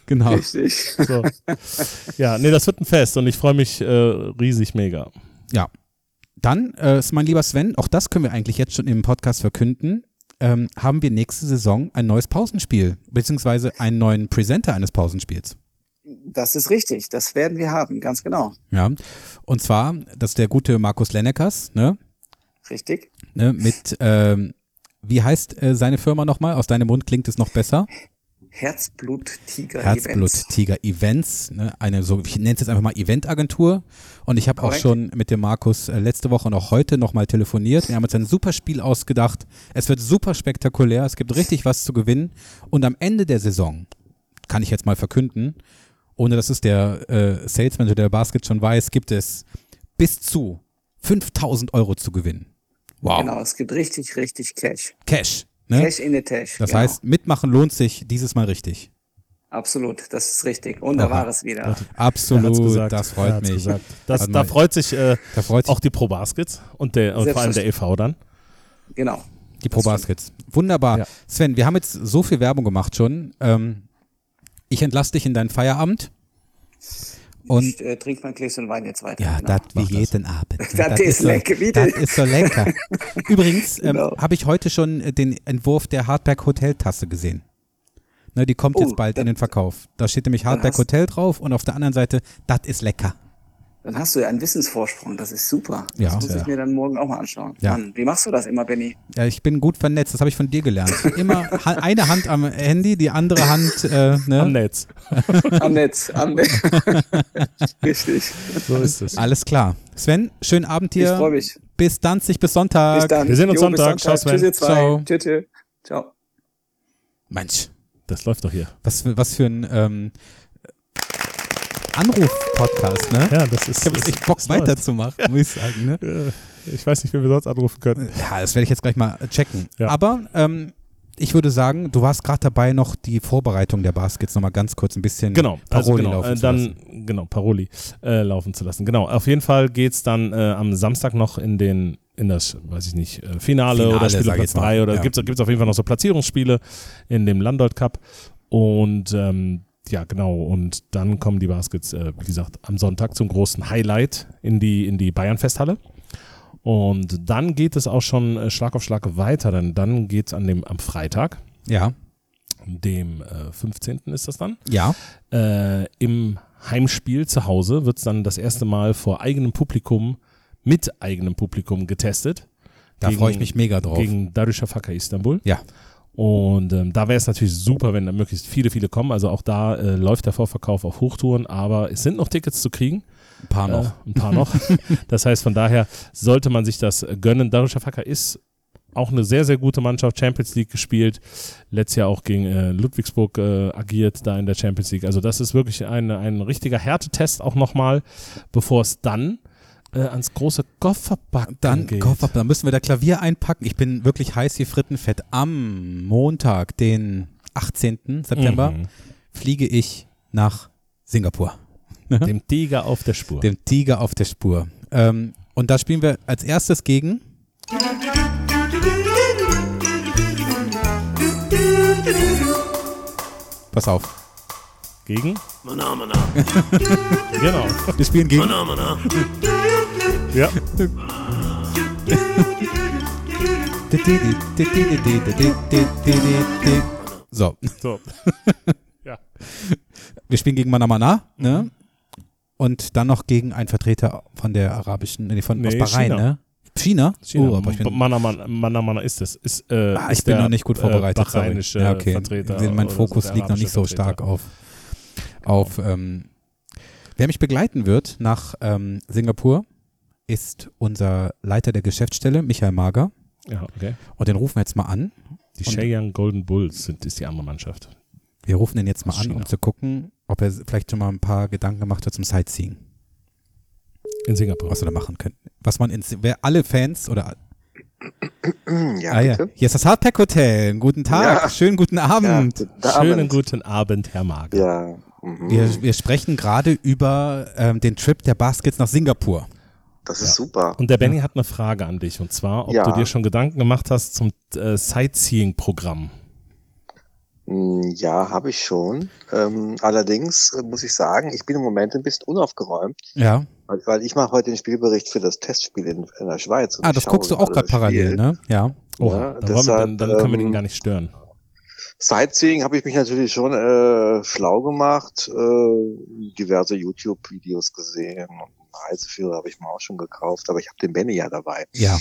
Speaker 1: Genau.
Speaker 7: Richtig.
Speaker 2: So. Ja, nee, das wird ein Fest und ich freue mich äh, riesig mega.
Speaker 1: Ja. Dann äh, ist mein lieber Sven, auch das können wir eigentlich jetzt schon im Podcast verkünden. Ähm, haben wir nächste Saison ein neues Pausenspiel, beziehungsweise einen neuen Presenter eines Pausenspiels.
Speaker 7: Das ist richtig. Das werden wir haben. Ganz genau.
Speaker 1: Ja. Und zwar, das ist der gute Markus Lennekers, ne?
Speaker 7: Richtig.
Speaker 1: ne? Mit, ähm, wie heißt äh, seine Firma nochmal? Aus deinem Mund klingt es noch besser.
Speaker 7: Herzblut Tiger
Speaker 1: Äh, Herzblut
Speaker 7: Events.
Speaker 1: Tiger Events, ne? eine so, ich nenne es jetzt einfach mal Eventagentur. Und ich habe auch
Speaker 7: Korrekt.
Speaker 1: schon mit dem Markus äh, letzte Woche und auch heute nochmal telefoniert. Wir haben uns ein super Spiel ausgedacht. Es wird super spektakulär. Es gibt richtig was zu gewinnen. Und am Ende der Saison, kann ich jetzt mal verkünden, ohne dass es der äh, Sales Manager der Basket schon weiß, gibt es bis zu 5000 Euro zu gewinnen. Wow.
Speaker 7: Genau. Es gibt richtig, richtig Cash.
Speaker 1: Cash. Ne?
Speaker 7: Cash in the Tash.
Speaker 1: Das
Speaker 7: genau.
Speaker 1: heißt, mitmachen lohnt sich dieses Mal richtig.
Speaker 7: Absolut. Das ist richtig. Und da
Speaker 1: Aha.
Speaker 7: war es wieder.
Speaker 2: Er hat's
Speaker 1: Absolut,
Speaker 2: gesagt.
Speaker 1: das
Speaker 2: Er
Speaker 1: freut
Speaker 2: hat's
Speaker 1: mich.
Speaker 2: gesagt. Das,
Speaker 1: Hat
Speaker 2: da
Speaker 1: mich-
Speaker 2: freut sich, äh,
Speaker 1: Da freut sich
Speaker 2: auch die Pro Baskets und, der, und vor allem der EV dann.
Speaker 7: Genau.
Speaker 1: Die Pro Baskets. Wunderbar.
Speaker 2: Ja.
Speaker 1: Sven, wir haben jetzt so viel Werbung gemacht schon. Ähm, ich entlasse dich in deinen Feierabend. Und
Speaker 7: Ich äh, trinke mein Gläschen Wein jetzt weiter.
Speaker 1: ja,
Speaker 7: genau.
Speaker 1: das wie jeden Abend.
Speaker 7: Das ist lecker, wie
Speaker 1: Das
Speaker 7: denn?
Speaker 1: ist so lecker. Übrigens ähm,
Speaker 7: Genau.
Speaker 1: habe ich heute schon äh, den Entwurf der Hardback Hotel-Tasse gesehen. Ne, die kommt
Speaker 7: Oh,
Speaker 1: jetzt bald in den Verkauf. Da steht nämlich Hardback
Speaker 7: hast-
Speaker 1: Hotel drauf und auf der anderen Seite, das ist lecker.
Speaker 7: Dann hast du ja einen Wissensvorsprung, das ist super.
Speaker 1: Ja.
Speaker 7: Das muss
Speaker 1: Ja.
Speaker 7: ich mir dann morgen auch mal anschauen.
Speaker 1: Ja.
Speaker 7: Mann, wie machst du das immer, Benny?
Speaker 1: Ja, ich bin gut vernetzt, das habe ich von dir gelernt. Immer ha eine Hand am Handy, die andere Hand äh, ne,
Speaker 2: Am Netz.
Speaker 7: Am Netz, am Netz. Richtig.
Speaker 2: So ist es.
Speaker 1: Alles klar. Sven, schönen Abend dir.
Speaker 7: Ich freu mich.
Speaker 1: Bis dann, sich bis Sonntag.
Speaker 7: Bis dann.
Speaker 2: Wir sehen uns
Speaker 7: Jo, bis
Speaker 2: Sonntag. Ciao, Sven.
Speaker 7: Tschüss, ihr zwei.
Speaker 1: Ciao.
Speaker 7: Tschüss, tschüss. Ciao.
Speaker 1: Mensch,
Speaker 2: Das läuft doch hier.
Speaker 1: was für, was für ein ähm, Anruf-Podcast, ne?
Speaker 2: Ja, das ist.
Speaker 1: Ich habe jetzt
Speaker 2: das-
Speaker 1: echt Bock
Speaker 2: das läuft.
Speaker 1: weiterzumachen, muss ich sagen, ne?
Speaker 2: Äh, Ich weiß nicht, wen wir sonst anrufen können.
Speaker 1: Ja, das werde ich jetzt gleich mal checken.
Speaker 2: Ja.
Speaker 1: Aber ähm, ich würde sagen, du warst gerade dabei, noch die Vorbereitung der Baskets nochmal ganz kurz ein bisschen
Speaker 2: Genau, also
Speaker 1: Paroli
Speaker 2: genau,
Speaker 1: laufen
Speaker 2: äh,
Speaker 1: zu
Speaker 2: dann
Speaker 1: lassen.
Speaker 2: genau Paroli äh, laufen zu lassen. Genau, auf jeden Fall geht's dann äh, am Samstag noch in den in das, weiß ich nicht, äh, Finale,
Speaker 1: Finale,
Speaker 2: oder
Speaker 1: sag ich
Speaker 2: Spielplatz
Speaker 1: jetzt mal.
Speaker 2: 3 oder
Speaker 1: Ja.
Speaker 2: gibt's gibt's auf jeden Fall noch so Platzierungsspiele in dem Landolt Cup und ähm, ja genau und dann kommen die Baskets äh, wie gesagt am Sonntag zum großen Highlight in die in die Bayern Festhalle. Und dann geht es auch schon äh, Schlag auf Schlag weiter, denn dann geht's an dem am Freitag,
Speaker 1: Ja,
Speaker 2: dem äh, 15. ist das dann
Speaker 1: ja.
Speaker 2: äh, im Heimspiel zu Hause wird es dann das erste Mal vor eigenem Publikum mit eigenem Publikum getestet.
Speaker 1: Da
Speaker 2: Gegen-
Speaker 1: freue ich mich mega drauf.
Speaker 2: Gegen Darüşşafaka Istanbul.
Speaker 1: ja,
Speaker 2: Und ähm, da wäre es natürlich super, wenn da möglichst viele, viele kommen. Also auch da äh, läuft der Vorverkauf auf Hochtouren, aber es sind noch Tickets zu kriegen.
Speaker 1: ein paar noch.
Speaker 2: Äh, ein paar noch. das heißt, von daher sollte man sich das gönnen. Darüşşafaka ist auch eine sehr, sehr gute Mannschaft. Champions League gespielt. Letztes Jahr auch gegen äh, Ludwigsburg äh, agiert, da in der Champions League. Also das ist wirklich ein, ein richtiger Härtetest auch nochmal, bevor es dann äh, ans große Kofferpacken
Speaker 1: Dann,
Speaker 2: geht.
Speaker 1: Koffer, dann müssen wir da Klavier einpacken. Ich bin wirklich heiß wie Frittenfett. Am Montag, den 18. September,
Speaker 2: Mhm.
Speaker 1: fliege ich nach Singapur.
Speaker 2: Dem Tiger auf der Spur.
Speaker 1: Dem Tiger auf der Spur. Ähm, und da spielen wir als erstes gegen Pass auf.
Speaker 2: Gegen? genau.
Speaker 1: Wir spielen gegen
Speaker 2: Ja.
Speaker 1: So,
Speaker 2: So. ja.
Speaker 1: wir spielen gegen Manamana, ne? Und dann noch gegen einen Vertreter von der arabischen, nee, von aus
Speaker 2: Nee,
Speaker 1: Bahrain,
Speaker 2: China.
Speaker 1: ne? China?
Speaker 2: China.
Speaker 1: Oh, aber ich bin,
Speaker 2: Genau. Mana, Mana, Mana, Mana ist es. Ist, äh,
Speaker 1: ah,
Speaker 2: ist
Speaker 1: ich bin
Speaker 2: der,
Speaker 1: noch nicht gut
Speaker 2: äh,
Speaker 1: vorbereitet. sorry.
Speaker 2: bahrainische
Speaker 1: Ja, okay.
Speaker 2: Vertreter
Speaker 1: Sehen, mein
Speaker 2: oder
Speaker 1: Fokus
Speaker 2: so, der
Speaker 1: liegt noch nicht so
Speaker 2: arabische
Speaker 1: stark
Speaker 2: Vertreter. Genau.
Speaker 1: auf, auf ähm, wer mich begleiten wird nach ähm, Singapur, ist unser Leiter der Geschäftsstelle, Michael Mager.
Speaker 2: Ja, okay.
Speaker 1: Und den rufen wir jetzt mal an.
Speaker 2: Die
Speaker 1: Und-
Speaker 2: Shenyang Golden Bulls sind, ist die andere Mannschaft.
Speaker 1: Wir rufen den jetzt mal
Speaker 2: Aus
Speaker 1: an,
Speaker 2: China.
Speaker 1: um zu gucken, ob er vielleicht schon mal ein paar Gedanken gemacht hat zum Sightseeing,
Speaker 2: In Singapur.
Speaker 1: was wir da machen können. Was man ins, wer alle Fans oder
Speaker 5: Ja,
Speaker 1: ah, ja.
Speaker 5: bitte.
Speaker 1: hier ist das Hardpack Hotel. Guten Tag,
Speaker 5: Ja.
Speaker 1: schönen guten Abend.
Speaker 5: Ja, guten Abend.
Speaker 2: Schönen guten Abend, Herr Mager.
Speaker 5: Ja. Mhm.
Speaker 1: Wir, wir sprechen gerade über ähm, den Trip der Baskets nach Singapur.
Speaker 5: das ist super.
Speaker 2: Und der Benny hat eine Frage an dich und zwar, ob
Speaker 5: Ja.
Speaker 2: du dir schon Gedanken gemacht hast zum äh, Sightseeing-Programm.
Speaker 5: Mm, Ja, habe ich schon. Ähm, allerdings äh, muss ich sagen, ich bin im Moment ein bisschen unaufgeräumt,
Speaker 1: Ja.
Speaker 5: weil, weil ich mache heute den Spielbericht für das Testspiel in, in der Schweiz. und
Speaker 1: Ah,
Speaker 5: ich
Speaker 1: das
Speaker 5: schaue
Speaker 1: guckst du auch gerade
Speaker 5: gerade das
Speaker 1: parallel,
Speaker 5: Spiel.
Speaker 1: ne? Ja.
Speaker 2: Oh,
Speaker 5: Ja,
Speaker 2: dann, wollen wir, dann,
Speaker 5: deshalb,
Speaker 2: dann können wir den
Speaker 5: ähm,
Speaker 2: gar nicht stören.
Speaker 5: Sightseeing habe ich mich natürlich schon äh, schlau gemacht, äh, diverse YouTube-Videos gesehen und einen Reiseführer habe ich mir auch schon gekauft, aber ich habe den Benny ja dabei.
Speaker 1: Ja.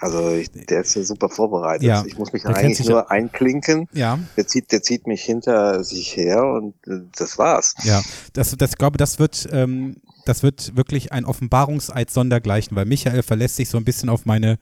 Speaker 5: Also ich, der ist ja super vorbereitet.
Speaker 1: Ja.
Speaker 5: Ich muss mich
Speaker 2: Der kennt
Speaker 5: eigentlich
Speaker 2: sich
Speaker 5: nur einklinken.
Speaker 1: Ja.
Speaker 5: Der zieht, der zieht mich hinter sich her und äh, das war's.
Speaker 1: Ja, das, das ich glaube, das wird, ähm, das wird wirklich ein Offenbarungseid sondergleichen, weil Michael verlässt sich so ein bisschen auf meine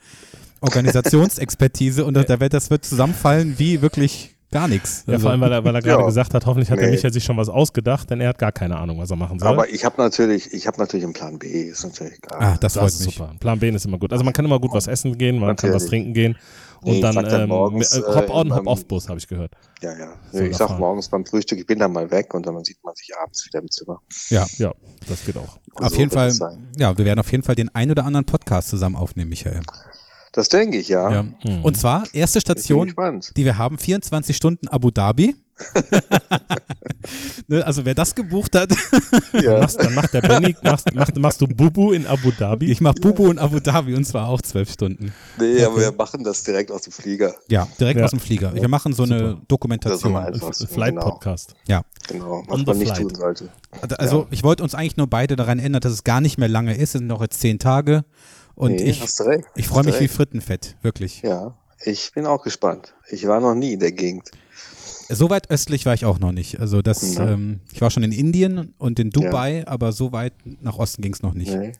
Speaker 1: Organisationsexpertise und da wird das wird zusammenfallen wie wirklich gar nichts. Also,
Speaker 2: Ja, vor allem, weil er, weil er gerade
Speaker 5: Ja.
Speaker 2: gesagt hat, hoffentlich hat der
Speaker 5: Nee.
Speaker 2: Michael sich schon was ausgedacht, denn er hat gar keine Ahnung, was er machen soll.
Speaker 5: Aber ich habe natürlich, ich habe natürlich einen Plan B, ist natürlich klar.
Speaker 1: ah, das, freut
Speaker 2: ist
Speaker 1: mich.
Speaker 2: super. Plan B ist immer gut. Also man kann immer gut was essen gehen, man kann was
Speaker 5: Natürlich.
Speaker 2: trinken gehen und
Speaker 5: Nee, ich
Speaker 2: dann
Speaker 5: sag dann
Speaker 2: ähm,
Speaker 5: morgens,
Speaker 2: äh, Hop-on,
Speaker 5: äh,
Speaker 2: Hop-off-Bus, habe ich gehört.
Speaker 5: ja, ja.
Speaker 2: So,
Speaker 5: ich
Speaker 2: das
Speaker 5: sag
Speaker 2: war-
Speaker 5: morgens beim Frühstück, ich bin dann mal weg und dann sieht man sich abends wieder im Zimmer.
Speaker 1: Ja,
Speaker 2: Ja, das geht auch.
Speaker 1: auf
Speaker 5: So
Speaker 1: jeden
Speaker 5: wird
Speaker 1: Fall.
Speaker 5: es sein.
Speaker 1: Ja, wir werden auf jeden Fall den ein oder anderen Podcast zusammen aufnehmen, Michael.
Speaker 5: Das denke ich, ja.
Speaker 1: Ja.
Speaker 5: Ich
Speaker 2: Hm.
Speaker 1: Und zwar erste
Speaker 5: bin
Speaker 1: Station,
Speaker 5: gespannt.
Speaker 1: die wir haben, 24 Stunden Abu Dhabi. ne, also wer das gebucht hat,
Speaker 5: Ja.
Speaker 2: Machst, dann macht der Benny, machst, machst, machst du Bubu in Abu Dhabi.
Speaker 1: ich mache Bubu in Abu Dhabi und zwar auch zwölf Stunden.
Speaker 5: Nee, aber wir machen das direkt aus dem Flieger.
Speaker 1: Ja, direkt
Speaker 2: Ja.
Speaker 1: aus dem Flieger. Wir machen so eine
Speaker 5: Das ist
Speaker 1: Dokumentation.
Speaker 5: mal einfach so,
Speaker 2: Flight-Podcast.
Speaker 1: Ja.
Speaker 5: Genau,
Speaker 2: On
Speaker 5: genau was
Speaker 2: the
Speaker 5: man nicht
Speaker 2: flight.
Speaker 5: tun sollte.
Speaker 1: Also ich wollte uns eigentlich nur beide daran erinnern, dass es gar nicht mehr lange ist. Es sind noch jetzt zehn Tage. Und
Speaker 5: nee,
Speaker 1: ich,
Speaker 5: hast du recht.
Speaker 1: ich freue
Speaker 5: hast
Speaker 1: mich
Speaker 5: du
Speaker 1: wie
Speaker 5: recht.
Speaker 1: Frittenfett, wirklich.
Speaker 5: Ja, ich bin auch gespannt. Ich war noch nie in der Gegend.
Speaker 1: So weit östlich war ich auch noch nicht. Also das,
Speaker 5: Ja.
Speaker 1: ähm, ich war schon in Indien und in Dubai, aber so weit nach Osten ging es noch nicht.
Speaker 5: Nee.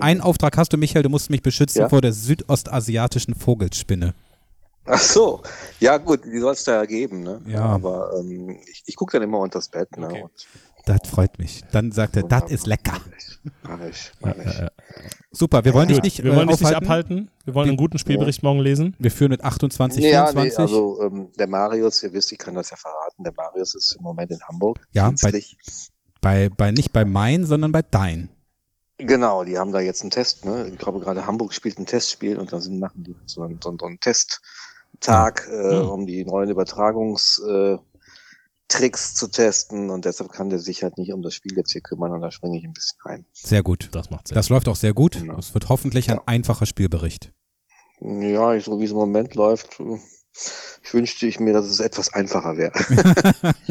Speaker 1: Einen Auftrag hast du, Michael, du musst mich beschützen
Speaker 5: Ja?
Speaker 1: vor der südostasiatischen Vogelspinne.
Speaker 5: Ach so, ja gut, die soll es da ja geben, ne?
Speaker 1: Ja.
Speaker 5: Aber ähm, ich, ich gucke dann immer unter das Bett, ne?
Speaker 1: Okay.
Speaker 5: Und
Speaker 1: Das freut mich. Dann sagt er, das ist lecker.
Speaker 5: Mach ich, mach ich.
Speaker 1: Super, wir wollen dich
Speaker 2: Gut,
Speaker 1: nicht,
Speaker 2: wir
Speaker 1: äh,
Speaker 2: wollen dich nicht
Speaker 1: aufhalten. Oh.
Speaker 2: abhalten. Wir wollen einen guten Spielbericht morgen lesen.
Speaker 1: Wir führen mit 28,
Speaker 5: Ja, nee,
Speaker 1: 24.
Speaker 5: also ähm, der Marius, ihr wisst, ich kann das ja verraten, der Marius ist im Moment in Hamburg.
Speaker 1: Ja,
Speaker 5: dienstlich.
Speaker 1: bei, bei, nicht bei mein, sondern bei dein.
Speaker 5: Genau, die haben da jetzt einen Test, ne? Ich glaube gerade Hamburg spielt ein Testspiel und dann sind, machen die so einen, so einen, so einen Testtag, äh,
Speaker 2: Mhm.
Speaker 5: um die neuen Übertragungs äh, Tricks zu testen und deshalb kann der sich halt nicht um das Spiel jetzt hier kümmern und da springe ich ein bisschen ein.
Speaker 1: Sehr gut.
Speaker 2: Das macht Sinn.
Speaker 1: Das läuft auch sehr gut.
Speaker 5: Genau.
Speaker 1: Es wird hoffentlich ein
Speaker 5: Ja.
Speaker 1: einfacher Spielbericht.
Speaker 5: Ja, ich, so wie es im Moment läuft, äh, ich wünschte ich mir, dass es etwas einfacher wäre.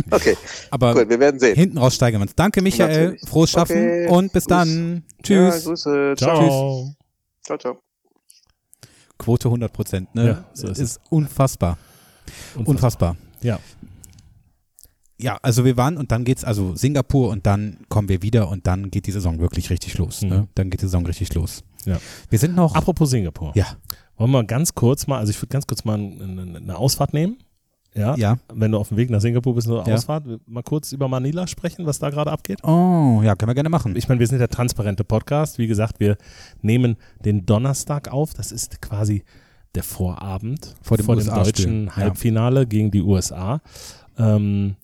Speaker 5: okay,
Speaker 1: Aber
Speaker 5: gut, wir werden sehen.
Speaker 1: hinten raus steigern wir uns. Danke, Michael.
Speaker 5: Natürlich.
Speaker 1: Frohes Schaffen
Speaker 5: Okay.
Speaker 1: und bis
Speaker 5: Grüß.
Speaker 1: dann.
Speaker 5: Ja,
Speaker 1: Tschüss.
Speaker 5: Grüße. Ciao.
Speaker 2: Ciao.
Speaker 5: Ciao, ciao.
Speaker 1: Quote 100 Prozent. Ne?
Speaker 2: Ja, so ist
Speaker 1: ist unfassbar. Unfassbar.
Speaker 2: Ja.
Speaker 1: Ja, also wir waren und dann geht's also Singapur und dann kommen wir wieder und dann geht die Saison wirklich richtig los.
Speaker 2: Mhm.
Speaker 1: Ne? Dann geht die Saison richtig los.
Speaker 2: Ja.
Speaker 1: Wir sind noch.
Speaker 2: Apropos Singapur.
Speaker 1: Ja.
Speaker 2: Wollen wir ganz kurz mal, also ich würde ganz kurz mal n- n- eine Ausfahrt nehmen Ja.
Speaker 1: Ja.
Speaker 2: Wenn du auf dem Weg nach Singapur bist, eine
Speaker 1: Ja.
Speaker 2: Ausfahrt, mal kurz über Manila sprechen, was da gerade abgeht.
Speaker 1: Oh, ja, können wir gerne machen.
Speaker 2: Ich meine, wir sind der transparente Podcast. Wie gesagt, wir nehmen den Donnerstag auf. Das ist quasi der Vorabend
Speaker 1: Vor dem USA-Spiel.
Speaker 2: deutschen
Speaker 1: Ja.
Speaker 2: Halbfinale gegen die USA. Ähm,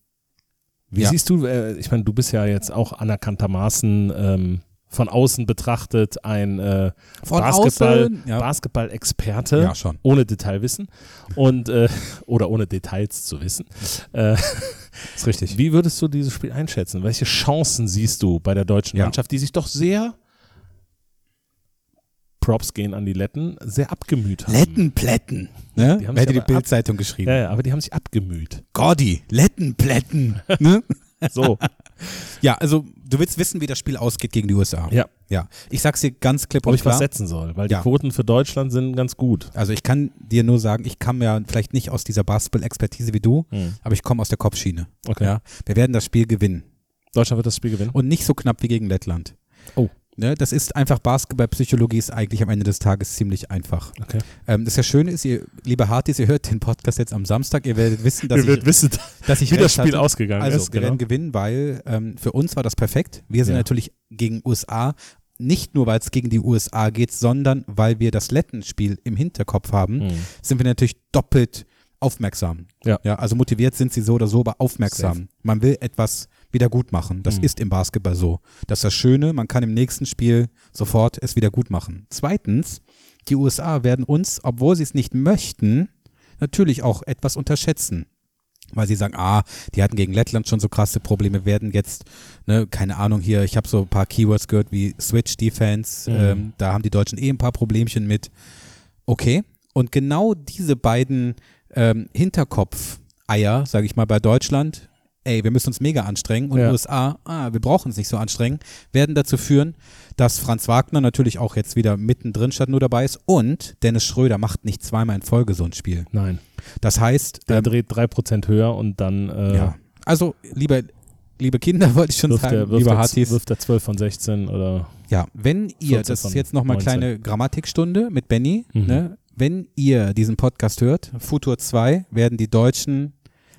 Speaker 2: wie
Speaker 1: Ja.
Speaker 2: siehst du, äh, ich meine, du bist ja jetzt auch anerkanntermaßen ähm, von außen betrachtet ein äh,
Speaker 1: Von
Speaker 2: Basketball,
Speaker 1: außen, ja.
Speaker 2: Basketball-Experte.
Speaker 1: Ja, schon.
Speaker 2: Ohne Detailwissen und äh, oder ohne Details zu wissen. Äh,
Speaker 1: ist richtig.
Speaker 2: wie würdest du dieses Spiel einschätzen? Welche Chancen siehst du bei der deutschen
Speaker 1: Ja.
Speaker 2: Mannschaft, die sich doch sehr Props gehen an die Letten, sehr abgemüht haben.
Speaker 1: Lettenplätten. Ne?
Speaker 2: Die
Speaker 1: Die
Speaker 2: haben
Speaker 1: haben
Speaker 2: sich
Speaker 1: Hätte die
Speaker 2: aber ab-
Speaker 1: Bildzeitung geschrieben.
Speaker 2: Ja, ja, aber die haben sich abgemüht.
Speaker 1: Gordi, Lettenplätten. ne?
Speaker 2: So,
Speaker 1: Ja, also du willst wissen, wie das Spiel ausgeht gegen die USA.
Speaker 2: Ja.
Speaker 1: Ja. Ich sag's dir ganz klipp
Speaker 2: ob
Speaker 1: und
Speaker 2: ich
Speaker 1: klar.
Speaker 2: was setzen soll, weil
Speaker 1: Ja.
Speaker 2: die Quoten für Deutschland sind ganz gut.
Speaker 1: Also ich kann dir nur sagen, ich kam ja vielleicht nicht aus dieser Basketball-Expertise wie du, aber ich komme aus der Kopfschiene.
Speaker 2: Mhm. Okay.
Speaker 1: Ja. Wir werden das Spiel gewinnen.
Speaker 2: Deutschland wird das Spiel gewinnen.
Speaker 1: Und nicht so knapp wie gegen Lettland.
Speaker 2: Oh.
Speaker 1: Ne, das ist einfach Basketball-Psychologie ist eigentlich am Ende des Tages ziemlich einfach.
Speaker 2: Okay.
Speaker 1: Ähm, das ja Schöne ist, ihr, liebe Hartis, ihr hört den Podcast jetzt am Samstag, ihr werdet wissen, dass
Speaker 2: Ihr werdet
Speaker 1: ich
Speaker 2: wissen,
Speaker 1: dass ich
Speaker 2: wie Also das
Speaker 1: recht
Speaker 2: Spiel
Speaker 1: hatte.
Speaker 2: ausgegangen
Speaker 1: also,
Speaker 2: ist.
Speaker 1: wir
Speaker 2: Genau.
Speaker 1: werden gewinnen, weil ähm, für uns war das perfekt. Wir sind
Speaker 2: Ja.
Speaker 1: natürlich gegen USA, nicht nur weil es gegen die USA geht, sondern weil wir das Lettenspiel im Hinterkopf haben,
Speaker 2: Mhm.
Speaker 1: sind wir natürlich doppelt aufmerksam.
Speaker 2: Ja.
Speaker 1: also motiviert sind sie so oder so, aber aufmerksam. Man will etwas wieder gut machen. Das
Speaker 2: Mhm.
Speaker 1: ist im Basketball so. Das ist das Schöne, man kann im nächsten Spiel sofort es wieder gut machen. Zweitens, die USA werden uns, obwohl sie es nicht möchten, natürlich auch etwas unterschätzen weil sie sagen, ah, die hatten gegen Lettland schon so krasse Probleme, werden jetzt, ne, keine Ahnung hier, ich habe so ein paar Keywords gehört wie Switch Defense, ähm, da haben die Deutschen eh ein paar Problemchen mit. Okay, und genau diese beiden ähm, Hinterkopf-Eier, sage ich mal, bei Deutschland, ey, wir müssen uns mega anstrengen und
Speaker 2: Ja.
Speaker 1: USA, ah, wir brauchen es nicht so anstrengen, werden dazu führen, dass Franz Wagner natürlich auch jetzt wieder mittendrin statt nur dabei ist und Dennis Schröder macht nicht zweimal in Folge so ein Spiel.
Speaker 2: Nein,
Speaker 1: Das heißt,
Speaker 2: der
Speaker 1: ähm,
Speaker 2: dreht 3% höher und dann äh,
Speaker 1: ja. Also, liebe, liebe Kinder, wollte ich schon
Speaker 2: wirft,
Speaker 1: sagen,
Speaker 2: er, wirft,
Speaker 1: liebe
Speaker 2: er,
Speaker 1: Hartis.
Speaker 2: wirft er 12 von 16 oder
Speaker 1: Ja, wenn ihr,
Speaker 2: 14
Speaker 1: das
Speaker 2: von Mhm.
Speaker 1: ist jetzt nochmal
Speaker 2: 19.
Speaker 1: kleine Grammatikstunde mit Benny, ne? wenn ihr diesen Podcast hört, Futur 2, werden die Deutschen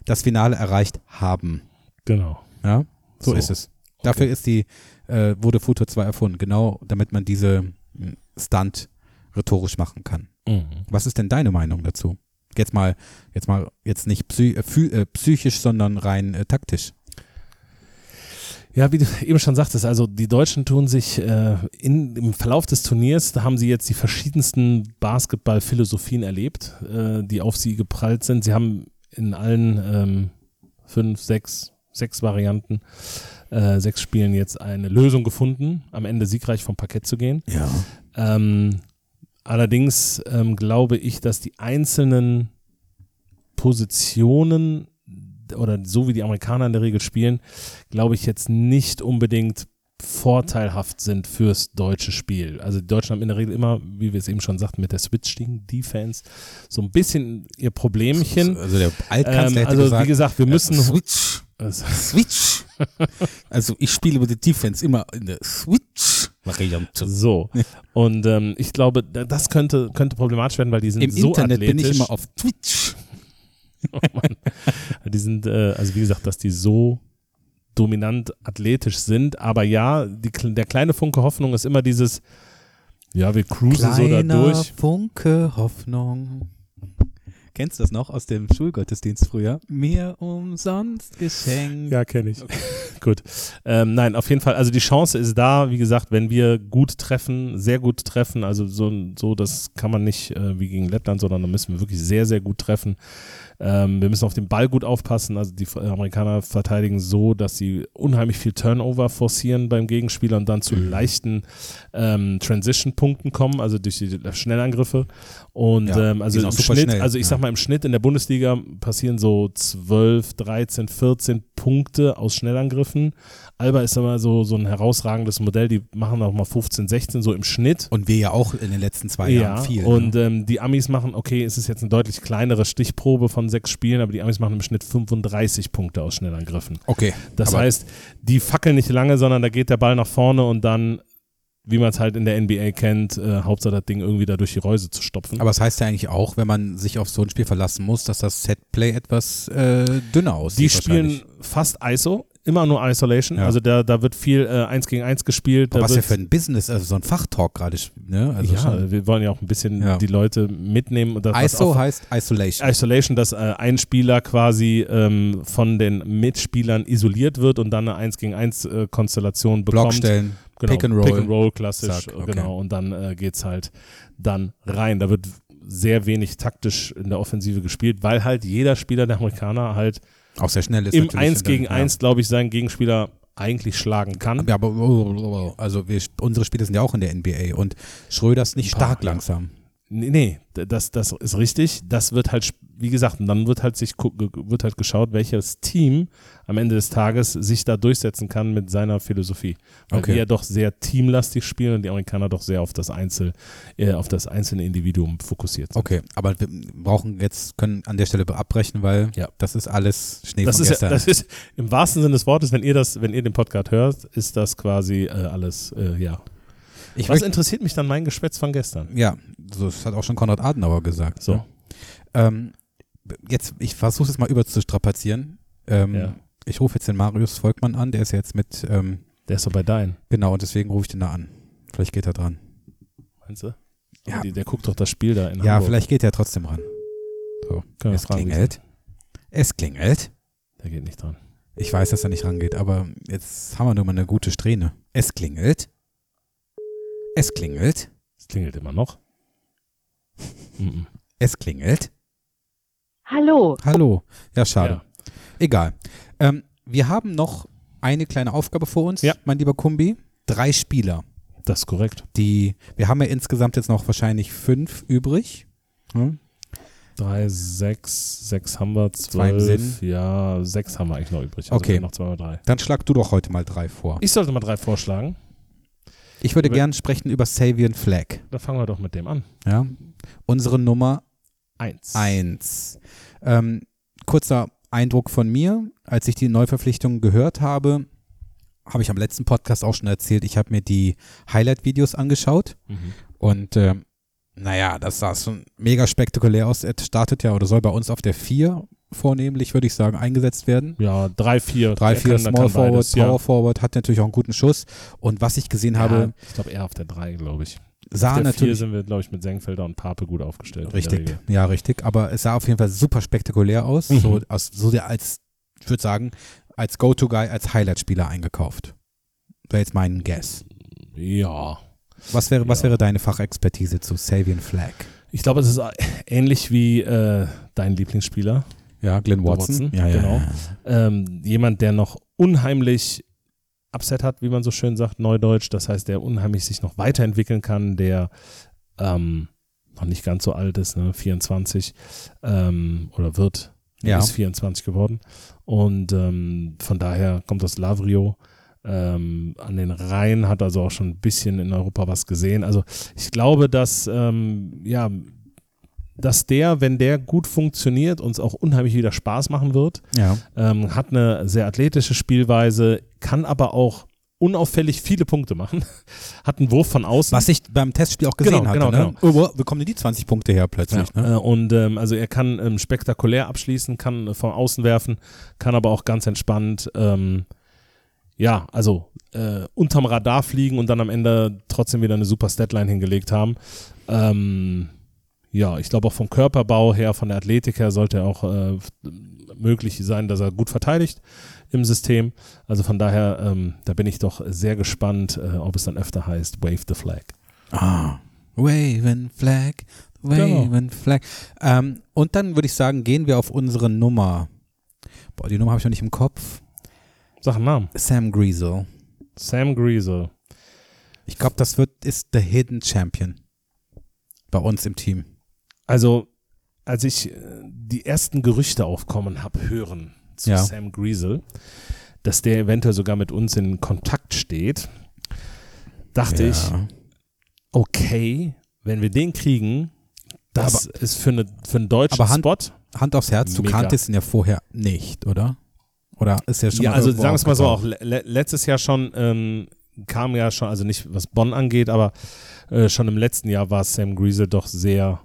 Speaker 1: das Finale erreicht haben.
Speaker 2: genau.
Speaker 1: Ja, so,
Speaker 2: So.
Speaker 1: ist es. Dafür ist die, äh, wurde Futur 2 erfunden, genau damit man diese mh, Stunt rhetorisch machen kann.
Speaker 2: Mhm.
Speaker 1: Was ist denn deine Meinung dazu? Jetzt mal, jetzt mal, jetzt nicht psy äh, phy- äh, psychisch, sondern rein äh, taktisch.
Speaker 2: Ja, wie du eben schon sagtest, also die Deutschen tun sich äh, in, im Verlauf des Turniers, da haben sie jetzt die verschiedensten Basketball-Philosophien erlebt, äh, die auf sie geprallt sind. Sie haben in allen ähm, fünf, sechs, sechs Varianten, äh, sechs Spielen jetzt eine Lösung gefunden, am Ende siegreich vom Parkett zu gehen.
Speaker 1: Ja.
Speaker 2: Ähm, allerdings ähm, glaube ich, dass die einzelnen Positionen oder so wie die Amerikaner in der Regel spielen, glaube ich jetzt nicht unbedingt vorteilhaft sind fürs deutsche Spiel. Also die Deutschen haben in der Regel immer, wie wir es eben schon sagten, mit der Switching-Defense so ein bisschen ihr Problemchen.
Speaker 1: Also der Altkanzler
Speaker 2: Ähm,
Speaker 1: hätte
Speaker 2: also
Speaker 1: gesagt,
Speaker 2: wie gesagt, wir müssen...
Speaker 1: Switch, Switch. also ich spiele über die Defense immer in der Switch-Variante.
Speaker 2: So. Und ähm, ich glaube, da- das könnte, könnte problematisch werden, weil die sind
Speaker 1: Im
Speaker 2: so
Speaker 1: Internet
Speaker 2: athletisch.
Speaker 1: bin ich immer auf Twitch.
Speaker 2: Die sind, äh, also wie gesagt, dass die so dominant athletisch sind. Aber ja, die, kle- der kleine Funke Hoffnung ist immer dieses, ja, wir cruisen so da durch.
Speaker 1: Funke Hoffnung. Kennst du das noch aus dem Schulgottesdienst früher? Mir umsonst geschenkt.
Speaker 2: Ja, kenne ich. gut. Ähm, nein, auf jeden Fall. Also die Chance ist da, wie gesagt, wenn wir gut treffen, sehr gut treffen. Also so, so das kann man nicht äh, wie gegen Lettland, sondern da müssen wir wirklich sehr, sehr gut treffen. Ähm, wir müssen auf den Ball gut aufpassen. Also die Amerikaner verteidigen so, dass sie unheimlich viel Turnover forcieren beim Gegenspieler und dann zu
Speaker 1: Mhm.
Speaker 2: leichten ähm, Transition-Punkten kommen, also durch die Schnellangriffe. Und
Speaker 1: Ja,
Speaker 2: ähm,
Speaker 1: die
Speaker 2: also
Speaker 1: sind
Speaker 2: im
Speaker 1: auch super
Speaker 2: Schnitt,
Speaker 1: schnell,
Speaker 2: also ich
Speaker 1: ja.
Speaker 2: sag mal, im Schnitt in der Bundesliga passieren so 12, 13, 14 Punkte aus Schnellangriffen. Alba ist immer so, so ein herausragendes Modell, die machen auch mal 15, 16 so im Schnitt.
Speaker 1: Und wir ja auch in den letzten zwei
Speaker 2: Ja,
Speaker 1: Jahren viel.
Speaker 2: und
Speaker 1: ne?
Speaker 2: ähm, die Amis machen, okay, es ist jetzt eine deutlich kleinere Stichprobe von sechs Spielen, aber die Amis machen im Schnitt 35 Punkte aus Schnellangriffen.
Speaker 1: okay.
Speaker 2: Das
Speaker 1: aber
Speaker 2: heißt, die fackeln nicht lange, sondern da geht der Ball nach vorne und dann wie man es halt in der NBA kennt, äh, Hauptsache das Ding irgendwie da durch die Reuse zu stopfen.
Speaker 1: Aber es heißt ja eigentlich auch, wenn man sich auf so ein Spiel verlassen muss, dass das Setplay etwas äh, dünner aussieht.
Speaker 2: Die spielen
Speaker 1: wahrscheinlich.
Speaker 2: fast ISO, immer nur Isolation.
Speaker 1: Ja.
Speaker 2: Also da, da wird viel äh, eins gegen eins gespielt. Da
Speaker 1: Aber was ja
Speaker 2: wird,
Speaker 1: für ein Business, also so ein Fachtalk gerade, ne? Also
Speaker 2: ja,
Speaker 1: schon-
Speaker 2: wir wollen ja auch ein bisschen
Speaker 1: Ja.
Speaker 2: die Leute mitnehmen. und das, was
Speaker 1: ISO
Speaker 2: auch-
Speaker 1: heißt Isolation.
Speaker 2: Isolation, dass äh, ein Spieler quasi ähm, von den Mitspielern isoliert wird und dann eine 1 gegen 1 äh, Konstellation bekommt.
Speaker 1: Blockstellen,
Speaker 2: genau,
Speaker 1: Pick and Roll.
Speaker 2: klassisch,
Speaker 1: Zack, okay.
Speaker 2: genau. Und dann äh, geht's halt dann rein. Da wird sehr wenig taktisch in der Offensive gespielt, weil halt jeder Spieler der Amerikaner halt
Speaker 1: Auch sehr schnell ist
Speaker 2: im
Speaker 1: natürlich
Speaker 2: 1
Speaker 1: dann,
Speaker 2: gegen
Speaker 1: ja.
Speaker 2: 1, glaube ich, seinen Gegenspieler eigentlich schlagen kann.
Speaker 1: Ja, aber oh, also wir, unsere Spiele sind ja auch in der NBA und Schröder ist nicht
Speaker 2: Ein paar,
Speaker 1: stark
Speaker 2: ja.
Speaker 1: langsam.
Speaker 2: Nee, nee d- das, das ist richtig. Das wird halt, sp- wie gesagt, und dann wird halt sich gu- ge- wird halt geschaut, welches Team am Ende des Tages sich da durchsetzen kann mit seiner Philosophie. Weil
Speaker 1: Okay.
Speaker 2: wir ja doch sehr teamlastig spielen und die Amerikaner doch sehr auf das Einzel, äh, auf das einzelne Individuum fokussiert sind.
Speaker 1: Okay, aber wir brauchen jetzt, können an der Stelle abbrechen, weil
Speaker 2: Ja.
Speaker 1: das ist alles Schnee
Speaker 2: Das
Speaker 1: von
Speaker 2: ist, ja-
Speaker 1: gestern.
Speaker 2: das ist im wahrsten Sinne des Wortes, wenn ihr das, wenn ihr den Podcast hört, ist das quasi äh, alles, äh, ja.
Speaker 1: ich
Speaker 2: Was
Speaker 1: möchte,
Speaker 2: interessiert mich dann mein Geschwätz von gestern?
Speaker 1: ja, so, das hat auch schon Konrad Adenauer gesagt.
Speaker 2: So.
Speaker 1: ne? Ähm, jetzt, ich versuche es mal über zu strapazieren. Ähm,
Speaker 2: Ja.
Speaker 1: Ich rufe jetzt den Marius Volkmann an, der ist ja jetzt mit, ähm,
Speaker 2: Der ist doch bei deinen,
Speaker 1: genau, und deswegen rufe ich den da an. Vielleicht geht er dran.
Speaker 2: meinst du?
Speaker 1: Ja.
Speaker 2: Die, der guckt doch das Spiel da in
Speaker 1: Ja,
Speaker 2: Hamburg.
Speaker 1: vielleicht geht er trotzdem ran. So,
Speaker 2: Können wir
Speaker 1: es
Speaker 2: fragen, wie es
Speaker 1: klingelt. Es klingelt.
Speaker 2: Der geht nicht dran.
Speaker 1: Ich weiß, dass er nicht rangeht, aber jetzt haben wir nur mal eine gute Strähne. Es klingelt. Es klingelt.
Speaker 2: Es klingelt immer noch. Mhm.
Speaker 1: Es klingelt.
Speaker 8: Hallo.
Speaker 1: Hallo. Ja, schade.
Speaker 2: Ja.
Speaker 1: Egal. Ähm, wir haben noch eine kleine Aufgabe vor uns,
Speaker 2: Ja.
Speaker 1: mein lieber Kumbi. Drei Spieler.
Speaker 2: Das ist korrekt.
Speaker 1: Die, wir haben ja insgesamt jetzt noch wahrscheinlich fünf übrig. Hm?
Speaker 2: Drei, sechs, sechs haben wir,
Speaker 1: Zwei im
Speaker 2: zwölf.
Speaker 1: Sinn.
Speaker 2: Ja, sechs haben wir eigentlich noch übrig. Also
Speaker 1: Okay.
Speaker 2: wir haben Noch zweimal drei.
Speaker 1: Dann schlag du doch heute mal drei vor.
Speaker 2: Ich sollte mal drei vorschlagen.
Speaker 1: Ich würde
Speaker 2: Über-
Speaker 1: gern sprechen über Savian Flag.
Speaker 2: Da fangen wir doch mit dem an.
Speaker 1: Ja? Unsere Nummer
Speaker 2: Eins.
Speaker 1: 1. Ähm, kurzer Eindruck von mir, als ich die Neuverpflichtungen gehört habe, habe ich am letzten Podcast auch schon erzählt, ich habe mir die Highlight-Videos angeschaut
Speaker 2: Mhm.
Speaker 1: und ähm, naja, das sah schon mega spektakulär aus. Es startet ja oder soll bei uns auf der 4 vornehmlich, würde ich sagen, eingesetzt werden.
Speaker 2: Ja, drei, vier.
Speaker 1: 3,
Speaker 2: Der
Speaker 1: 4
Speaker 2: kann- der
Speaker 1: Small
Speaker 2: kann
Speaker 1: Forward,
Speaker 2: beides,
Speaker 1: Power
Speaker 2: ja.
Speaker 1: Forward, hat natürlich auch einen guten Schuss und was ich gesehen
Speaker 2: Ja,
Speaker 1: habe,
Speaker 2: ich glaube eher auf der drei, glaube ich.
Speaker 1: sah
Speaker 2: auf der vier
Speaker 1: natürlich
Speaker 2: sind wir, glaube ich, mit Senkfelder und Pape gut aufgestellt. in der
Speaker 1: Richtig,
Speaker 2: Regel.
Speaker 1: ja, richtig. Aber es sah auf jeden Fall super spektakulär aus.
Speaker 2: Mhm.
Speaker 1: So, aus, so der als, ich würde sagen, als Go-To-Guy, als Highlight-Spieler eingekauft. Wäre jetzt mein Guess.
Speaker 2: Ja.
Speaker 1: Was wäre, was
Speaker 2: Ja.
Speaker 1: wäre deine Fachexpertise zu Savian Flag?
Speaker 2: Ich glaube, es ist äh, ähnlich wie äh, dein Lieblingsspieler.
Speaker 1: Ja, Glenn
Speaker 2: Watson,
Speaker 1: Ja, ja,
Speaker 2: genau.
Speaker 1: ja.
Speaker 2: ähm, jemand, der noch unheimlich Upset hat, wie man so schön sagt, Neudeutsch. Das heißt, der unheimlich sich noch weiterentwickeln kann, der ähm, noch nicht ganz so alt ist, ne? 24 ähm, oder wird,
Speaker 1: Ja.
Speaker 2: ist 24 geworden. Und ähm, von daher kommt das Lavrio. Ähm, an den Rhein hat also auch schon ein bisschen in Europa was gesehen. Also ich glaube, dass ähm, ja, dass der, wenn der gut funktioniert, uns auch unheimlich wieder Spaß machen wird
Speaker 1: ja.
Speaker 2: ähm, hat eine sehr athletische Spielweise, kann aber auch unauffällig viele Punkte machen, hat einen Wurf von außen.
Speaker 1: Was ich beim Testspiel auch gesehen
Speaker 2: Genau,
Speaker 1: hatte.
Speaker 2: genau,
Speaker 1: ne? Oh, wo, wo kommen denn die 20 Punkte her plötzlich?
Speaker 2: ja,
Speaker 1: Ne?
Speaker 2: äh, Und ähm, also er kann ähm, spektakulär abschließen, kann äh, von außen werfen, kann aber auch ganz entspannt, ähm, ja, also äh, unterm Radar fliegen und dann am Ende trotzdem wieder eine super Statline hingelegt haben. Ähm, ja, ich glaube auch vom Körperbau her, von der Athletik her sollte er auch äh, f- möglich sein, dass er gut verteidigt im System. Also von daher, ähm, da bin ich doch sehr gespannt, äh, ob es dann öfter heißt, wave the flag.
Speaker 1: Ah. Waving Flag, Waving
Speaker 2: Genau.
Speaker 1: Flag. Ähm, und dann würde ich sagen, gehen wir auf unsere Nummer. Boah, die Nummer habe ich noch nicht im Kopf.
Speaker 2: Sag einen Namen.
Speaker 1: Sam Greasel.
Speaker 2: Sam Greasel.
Speaker 1: Ich glaube, das wird ist the Hidden Champion bei uns im Team.
Speaker 2: Also, als ich äh, die ersten Gerüchte aufkommen habe, hören zu
Speaker 1: Ja.
Speaker 2: Sam Greasel, dass der eventuell sogar mit uns in Kontakt steht, dachte ich, okay, wenn wir den kriegen, das ist für, eine, für einen deutschen
Speaker 1: Aber Hand-
Speaker 2: Spot.
Speaker 1: Hand aufs Herz, du
Speaker 2: Mega.
Speaker 1: kanntest ihn ja vorher nicht, oder? Oder ist er schon
Speaker 2: Ja,
Speaker 1: mal
Speaker 2: also
Speaker 1: irgendwo
Speaker 2: sagen wir es mal so, auch
Speaker 1: aufgetaucht?
Speaker 2: le le letztes Jahr schon ähm, kam ja schon, also nicht was Bonn angeht, aber äh, schon im letzten Jahr war Sam Griesel doch sehr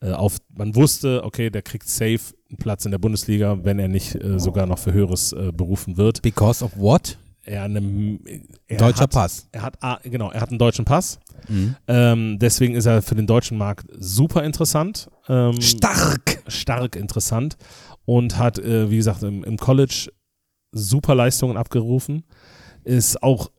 Speaker 2: äh, auf, man wusste, okay, der kriegt safe einen Platz in der Bundesliga, wenn er nicht äh, sogar noch für Höheres äh, berufen wird.
Speaker 1: Because of what?
Speaker 2: Er einem, er
Speaker 1: Deutscher
Speaker 2: hat,
Speaker 1: Pass. Mhm.
Speaker 2: Er hat, ah, genau, er hat einen deutschen Pass. Ähm, deswegen ist er für den deutschen Markt super interessant. Ähm,
Speaker 1: Stark!
Speaker 2: stark interessant und hat, äh, wie gesagt, im, im College super Leistungen abgerufen. Ist auch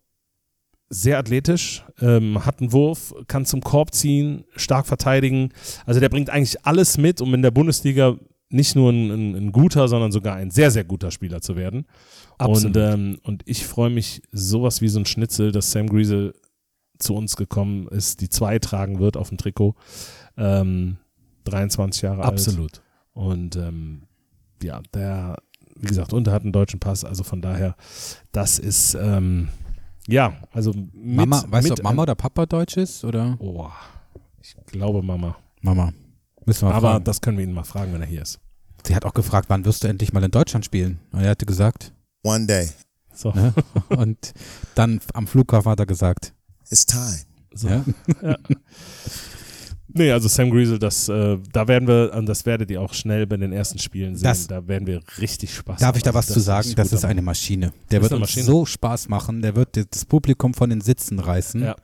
Speaker 2: sehr athletisch, ähm, hat einen Wurf, kann zum Korb ziehen, stark verteidigen. Also der bringt eigentlich alles mit, um in der Bundesliga nicht nur ein, ein, ein guter, sondern sogar ein sehr, sehr guter Spieler zu werden.
Speaker 1: Absolut.
Speaker 2: Und, ähm, und ich freue mich sowas wie so ein Schnitzel, dass Sam Griesel zu uns gekommen ist, die zwei tragen wird auf dem Trikot. Ähm, 23 Jahre alt.
Speaker 1: Absolut.
Speaker 2: Und ähm, ja, der, wie gesagt, und er hat einen deutschen Pass, also von daher, das ist, ähm, ja, also mit,
Speaker 1: Mama, weißt du,
Speaker 2: mit äh,
Speaker 1: ob Mama oder Papa deutsch ist? Oder?
Speaker 2: Oh, ich glaube Mama.
Speaker 1: Mama. Müssen wir mal
Speaker 2: Aber
Speaker 1: fragen.
Speaker 2: das können wir ihn mal fragen, wenn er hier ist.
Speaker 1: Sie hat auch gefragt, wann wirst du endlich mal in Deutschland spielen? Und er hatte gesagt.
Speaker 3: One day.
Speaker 2: So,
Speaker 1: Ne? Und dann am Flughafen hat er gesagt.
Speaker 3: It's time.
Speaker 2: so.
Speaker 1: Ja?
Speaker 2: Nee, also Sam Griesel, das, äh, da werden wir, und das werdet ihr auch schnell bei den ersten Spielen sehen,
Speaker 1: Das-
Speaker 2: da werden wir richtig Spaß
Speaker 1: Darf ich da
Speaker 2: haben.
Speaker 1: was
Speaker 2: Das
Speaker 1: zu sagen?
Speaker 2: richtig
Speaker 1: Das
Speaker 2: gut
Speaker 1: ist
Speaker 2: am-
Speaker 1: eine Maschine. Der
Speaker 2: Das ist
Speaker 1: wird
Speaker 2: eine
Speaker 1: uns
Speaker 2: Maschine.
Speaker 1: so Spaß machen. Der wird das Publikum von den Sitzen reißen.
Speaker 2: Ja.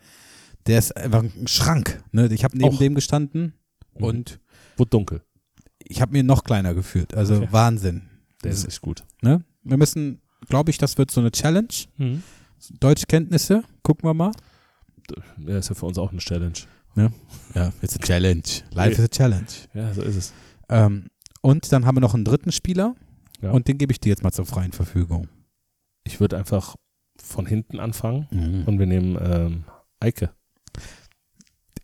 Speaker 1: Der ist einfach ein Schrank. Ne? Ich habe neben
Speaker 2: Auch.
Speaker 1: dem gestanden
Speaker 2: Mhm.
Speaker 1: und
Speaker 2: Wurde dunkel.
Speaker 1: ich habe mir noch kleiner gefühlt. Also
Speaker 2: Okay.
Speaker 1: Wahnsinn.
Speaker 2: Der ist echt gut.
Speaker 1: Ne? Wir müssen, glaube ich, das wird so eine Challenge.
Speaker 2: Mhm.
Speaker 1: Deutschkenntnisse, gucken wir mal.
Speaker 2: Der ist ja für uns auch eine Challenge.
Speaker 1: Ja, it's a challenge. Life is a challenge.
Speaker 2: Ja, so ist es.
Speaker 1: Ähm, und dann haben wir noch einen dritten Spieler
Speaker 2: Ja.
Speaker 1: und den gebe ich dir jetzt mal zur freien Verfügung.
Speaker 2: Ich würde einfach von hinten anfangen
Speaker 1: Mhm.
Speaker 2: und wir nehmen ähm, Eike.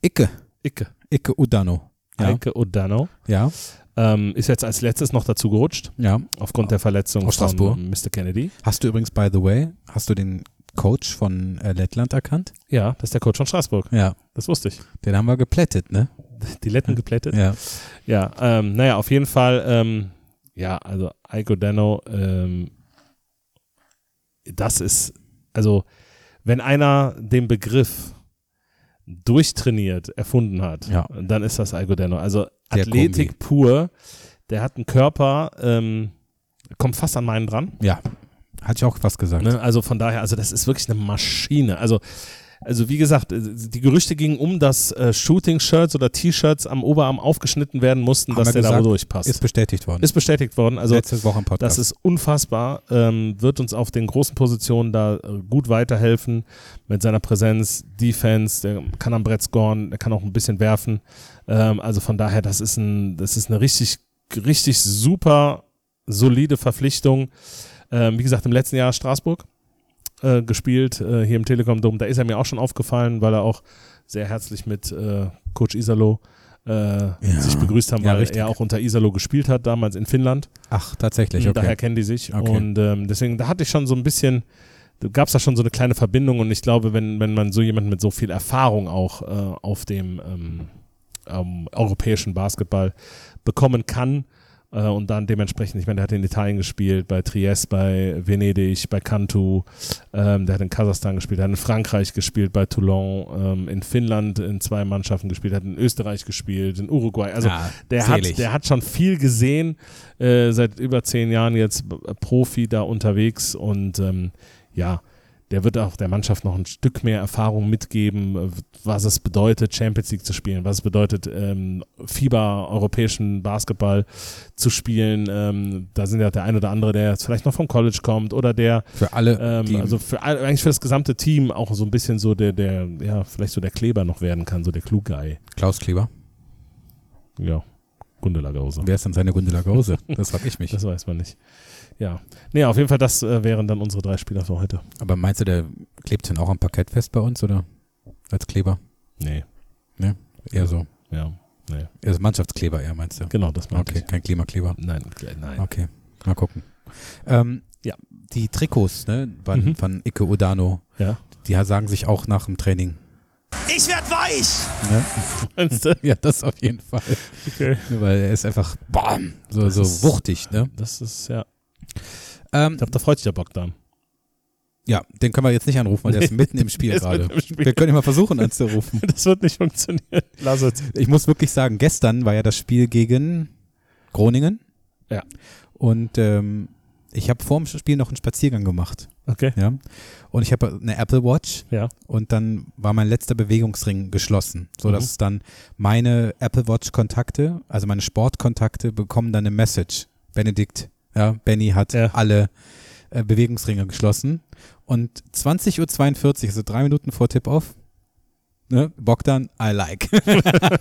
Speaker 1: Icke,
Speaker 2: Icke.
Speaker 1: Icke Udano. Ja,
Speaker 2: Eike O'Donnell.
Speaker 1: ja,
Speaker 2: Ähm, ist jetzt als letztes noch dazu gerutscht,
Speaker 1: ja.
Speaker 2: aufgrund der Verletzung
Speaker 1: Aus Straßburg.
Speaker 2: von Mr. Kennedy.
Speaker 1: Hast du übrigens, by the way, hast du den Coach von äh, Lettland erkannt?
Speaker 2: Ja, das ist der Coach von Straßburg.
Speaker 1: Ja,
Speaker 2: Das wusste ich.
Speaker 1: den haben wir geplättet, ne?
Speaker 2: Die Letten geplättet.
Speaker 1: Ja.
Speaker 2: Ja, ähm, naja, auf jeden Fall, ähm, ja, also Aiko Dano, ähm, das ist, also, wenn einer den Begriff durchtrainiert erfunden hat,
Speaker 1: Ja.
Speaker 2: dann ist das Aiko Dano. Also
Speaker 1: Der
Speaker 2: Athletik pur, der hat einen Körper, ähm, kommt fast an meinen dran.
Speaker 1: Ja, hatte ich auch was gesagt.
Speaker 2: Ne? Also von daher, also das ist wirklich eine Maschine. Also, also wie gesagt, äh, die Gerüchte gingen um, dass äh, Shooting-Shirts oder T-Shirts am Oberarm aufgeschnitten werden mussten,
Speaker 1: Haben
Speaker 2: dass
Speaker 1: wir
Speaker 2: der da
Speaker 1: gesagt,
Speaker 2: durchpasst.
Speaker 1: Ist bestätigt worden.
Speaker 2: Ist bestätigt worden. Also
Speaker 1: Letzte Woche im Podcast.
Speaker 2: das ist unfassbar. Ähm, wird uns auf den großen Positionen da äh, gut weiterhelfen mit seiner Präsenz, Defense. Der kann am Brett scoren, der kann auch ein bisschen werfen. Ähm, also von daher, das ist ein, das ist eine richtig, richtig super solide Verpflichtung. Ähm, wie gesagt, im letzten Jahr Straßburg äh, gespielt äh, hier im Telekom Dom. Da ist er mir auch schon aufgefallen, weil er auch sehr herzlich mit äh, Coach Isalo äh, sich begrüßt haben,
Speaker 1: Ja,
Speaker 2: weil
Speaker 1: richtig.
Speaker 2: er auch unter Isalo gespielt hat, damals in Finnland.
Speaker 1: Ach, tatsächlich, okay.
Speaker 2: Hm, Daher kennen die sich.
Speaker 1: Okay.
Speaker 2: Und ähm, deswegen, da hatte ich schon so ein bisschen, da gab es da schon so eine kleine Verbindung und ich glaube, wenn, wenn man so jemanden mit so viel Erfahrung auch äh, auf dem ähm, ähm, europäischen Basketball bekommen kann äh, und dann dementsprechend, ich meine, der hat in Italien gespielt, bei Triest, bei Venedig, bei Kantu, ähm, der hat in Kasachstan gespielt, der hat in Frankreich gespielt, bei Toulon, ähm, in Finnland in zwei Mannschaften gespielt, hat in Österreich gespielt, in Uruguay. Also
Speaker 1: Ja,
Speaker 2: der,
Speaker 1: selig.
Speaker 2: hat, der hat schon viel gesehen, äh, seit über zehn Jahren jetzt b- Profi da unterwegs und ähm, ja, der wird auch der Mannschaft noch ein Stück mehr Erfahrung mitgeben, äh, was es bedeutet, Champions League zu spielen, was es bedeutet, ähm, Fieber europäischen Basketball zu spielen. Ähm, da sind ja der ein oder andere, der jetzt vielleicht noch vom College kommt oder der
Speaker 1: Für alle, die
Speaker 2: ähm, also für, all- eigentlich für das gesamte Team auch so ein bisschen so der, der, ja, vielleicht so der Kleber noch werden kann, so der Clue Guy.
Speaker 1: Klaus Kleber.
Speaker 2: Ja, Gundelagerhose.
Speaker 1: Wer ist denn seine Gundelager Hose? Das frag ich mich.
Speaker 2: Das weiß man nicht. Ja. Nee, auf jeden Fall, das äh, wären dann unsere drei Spieler für heute.
Speaker 1: Aber meinst du, der klebt denn auch am Parkett fest bei uns, oder? Als Kleber?
Speaker 2: Nee.
Speaker 1: Ne? Eher so.
Speaker 2: Ja. Nee.
Speaker 1: Also Mannschaftskleber eher, meinst du?
Speaker 2: Genau, das meinte
Speaker 1: Okay, kein Klimakleber.
Speaker 2: ich. Nein, kle- nein.
Speaker 1: Okay, mal gucken. Ähm,
Speaker 2: Ja.
Speaker 1: Die Trikots ne, von,
Speaker 2: Mhm.
Speaker 1: von Icke Udano,
Speaker 2: Ja.
Speaker 1: die sagen sich auch nach dem Training. Ne?
Speaker 3: Ich werd weich!
Speaker 2: Meinst du?
Speaker 1: Ja, das auf jeden Fall.
Speaker 2: Okay.
Speaker 1: Weil er ist einfach bam, so, so
Speaker 2: ist-
Speaker 1: wuchtig. Ne?
Speaker 2: Das ist, ja.
Speaker 1: Ähm,
Speaker 2: Ich glaube, da freut sich der Bogdan.
Speaker 1: Ja, den können wir jetzt nicht anrufen, weil der ist
Speaker 2: Nee,
Speaker 1: mitten im Spiel
Speaker 2: ist
Speaker 1: gerade.
Speaker 2: mitten im Spiel.
Speaker 1: Wir können ihn mal versuchen anzurufen.
Speaker 2: Das wird nicht funktionieren. Lass es.
Speaker 1: Ich muss wirklich sagen, gestern war ja das Spiel gegen Groningen.
Speaker 2: Ja.
Speaker 1: Und ähm, ich habe vor dem Spiel noch einen Spaziergang gemacht.
Speaker 2: Okay.
Speaker 1: Ja. Und ich habe eine Apple Watch
Speaker 2: Ja.
Speaker 1: und dann war mein letzter Bewegungsring geschlossen, so dass
Speaker 2: Mhm.
Speaker 1: es dann meine Apple Watch Kontakte, also meine Sportkontakte bekommen dann eine Message. Benedikt, ja, Benny hat
Speaker 2: Ja.
Speaker 1: alle äh, Bewegungsringe geschlossen und 20:42 Uhr, also drei Minuten vor Tip off. Ne? Bogdan, I like.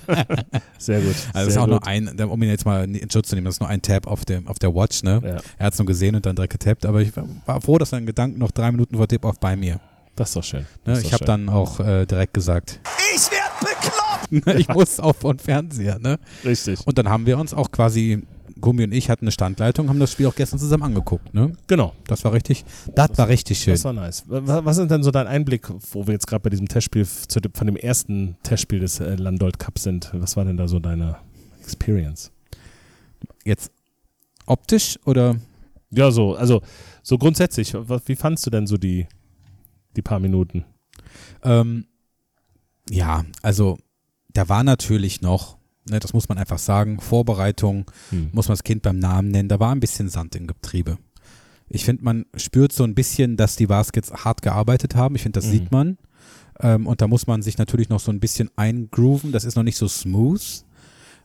Speaker 2: Sehr gut.
Speaker 1: Also es ist
Speaker 2: Sehr
Speaker 1: auch
Speaker 2: gut.
Speaker 1: nur ein, um ihn jetzt mal in Schutz zu nehmen, das ist nur ein Tab auf, dem, auf der Watch, ne?
Speaker 2: Ja.
Speaker 1: Er hat es nur gesehen und dann direkt getappt, aber ich war- war froh, dass sein Gedanken noch drei Minuten vor Tip off bei mir.
Speaker 2: Das ist doch schön. Das
Speaker 1: Ne?
Speaker 2: ist
Speaker 1: Ich
Speaker 2: doch
Speaker 1: habe
Speaker 2: schön.
Speaker 1: dann auch äh, direkt gesagt, ne,
Speaker 3: Ich werd bekloppt!
Speaker 1: ich muss auf und Fernseher, ne?
Speaker 2: Richtig.
Speaker 1: Und dann haben wir uns auch quasi, Gummi und ich hatten eine Standleitung, haben das Spiel auch gestern zusammen angeguckt, ne?
Speaker 2: Genau.
Speaker 1: Das war richtig, das war richtig schön.
Speaker 2: Das war nice. Wa- Was ist denn so dein Einblick, wo wir jetzt gerade bei diesem Testspiel f- zu dem, von dem ersten Testspiel des äh, Landolt Cup sind? Was war denn da so deine Experience?
Speaker 1: Jetzt optisch oder
Speaker 2: Ja, so, also so grundsätzlich, wa- wie fandst du denn so die, die paar Minuten?
Speaker 1: Ähm, ja, also da war natürlich noch, ne, das muss man einfach sagen, Vorbereitung,
Speaker 2: Hm.
Speaker 1: muss man das Kind beim Namen nennen, da war ein bisschen Sand im Getriebe. Ich finde, man spürt so ein bisschen, dass die Baskets hart gearbeitet haben. Ich finde, das sieht man. Ähm, und da muss man sich natürlich noch so ein bisschen eingrooven. Das ist noch nicht so smooth.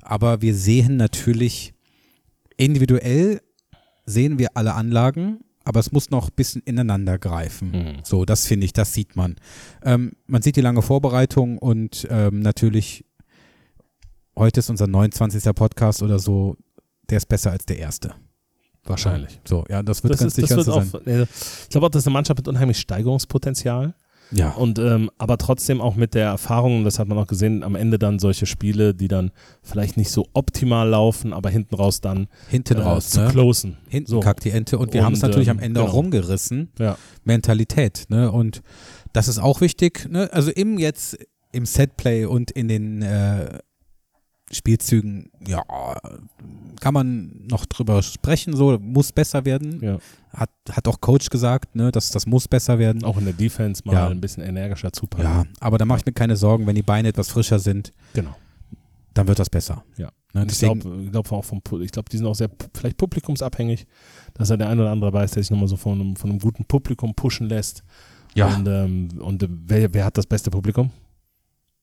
Speaker 1: Aber wir sehen natürlich individuell sehen wir alle Anlagen, aber es muss noch ein bisschen ineinander greifen. So, das finde ich, das sieht man. Ähm, man sieht die lange Vorbereitung und ähm, natürlich, heute ist unser 29. Podcast oder so, der ist besser als der erste.
Speaker 2: Wahrscheinlich.
Speaker 1: So, ja, das wird
Speaker 2: Das
Speaker 1: ganz
Speaker 2: ist, das
Speaker 1: sicher
Speaker 2: wird
Speaker 1: so
Speaker 2: auch,
Speaker 1: sein.
Speaker 2: äh, ich glaube auch, das ist eine Mannschaft mit unheimlich Steigerungspotenzial.
Speaker 1: Ja.
Speaker 2: Und ähm, aber trotzdem auch mit der Erfahrung, und das hat man auch gesehen, am Ende dann solche Spiele, die dann vielleicht nicht so optimal laufen, aber hinten raus dann
Speaker 1: Hinten
Speaker 2: äh,
Speaker 1: raus,
Speaker 2: zu
Speaker 1: ne?
Speaker 2: closen.
Speaker 1: Hinten
Speaker 2: so.
Speaker 1: kackt die Ente und wir
Speaker 2: Und,
Speaker 1: haben es natürlich
Speaker 2: ähm,
Speaker 1: am Ende auch
Speaker 2: genau.
Speaker 1: rumgerissen.
Speaker 2: Ja.
Speaker 1: Mentalität, ne? Und das ist auch wichtig, ne? Also im jetzt im Setplay und in den äh, Spielzügen, ja, kann man noch drüber sprechen, so muss besser werden.
Speaker 2: ja.
Speaker 1: Hat, hat auch Coach gesagt, ne, dass das muss besser werden.
Speaker 2: Auch in der Defense mal
Speaker 1: Ja.
Speaker 2: ein bisschen energischer zupacken.
Speaker 1: Ja, aber da mache ich mir keine Sorgen, wenn die Beine etwas frischer sind,
Speaker 2: Genau.
Speaker 1: dann wird das besser.
Speaker 2: Ja.
Speaker 1: Ne,
Speaker 2: Und ich
Speaker 1: deswegen-
Speaker 2: glaube, ich glaub auch vom, Pu- ich glaube, die sind auch sehr pu- vielleicht publikumsabhängig, dass er der ein oder andere weiß, der sich nochmal so von einem, von einem guten Publikum pushen lässt. Und, ähm, und äh, wer, wer hat das beste Publikum?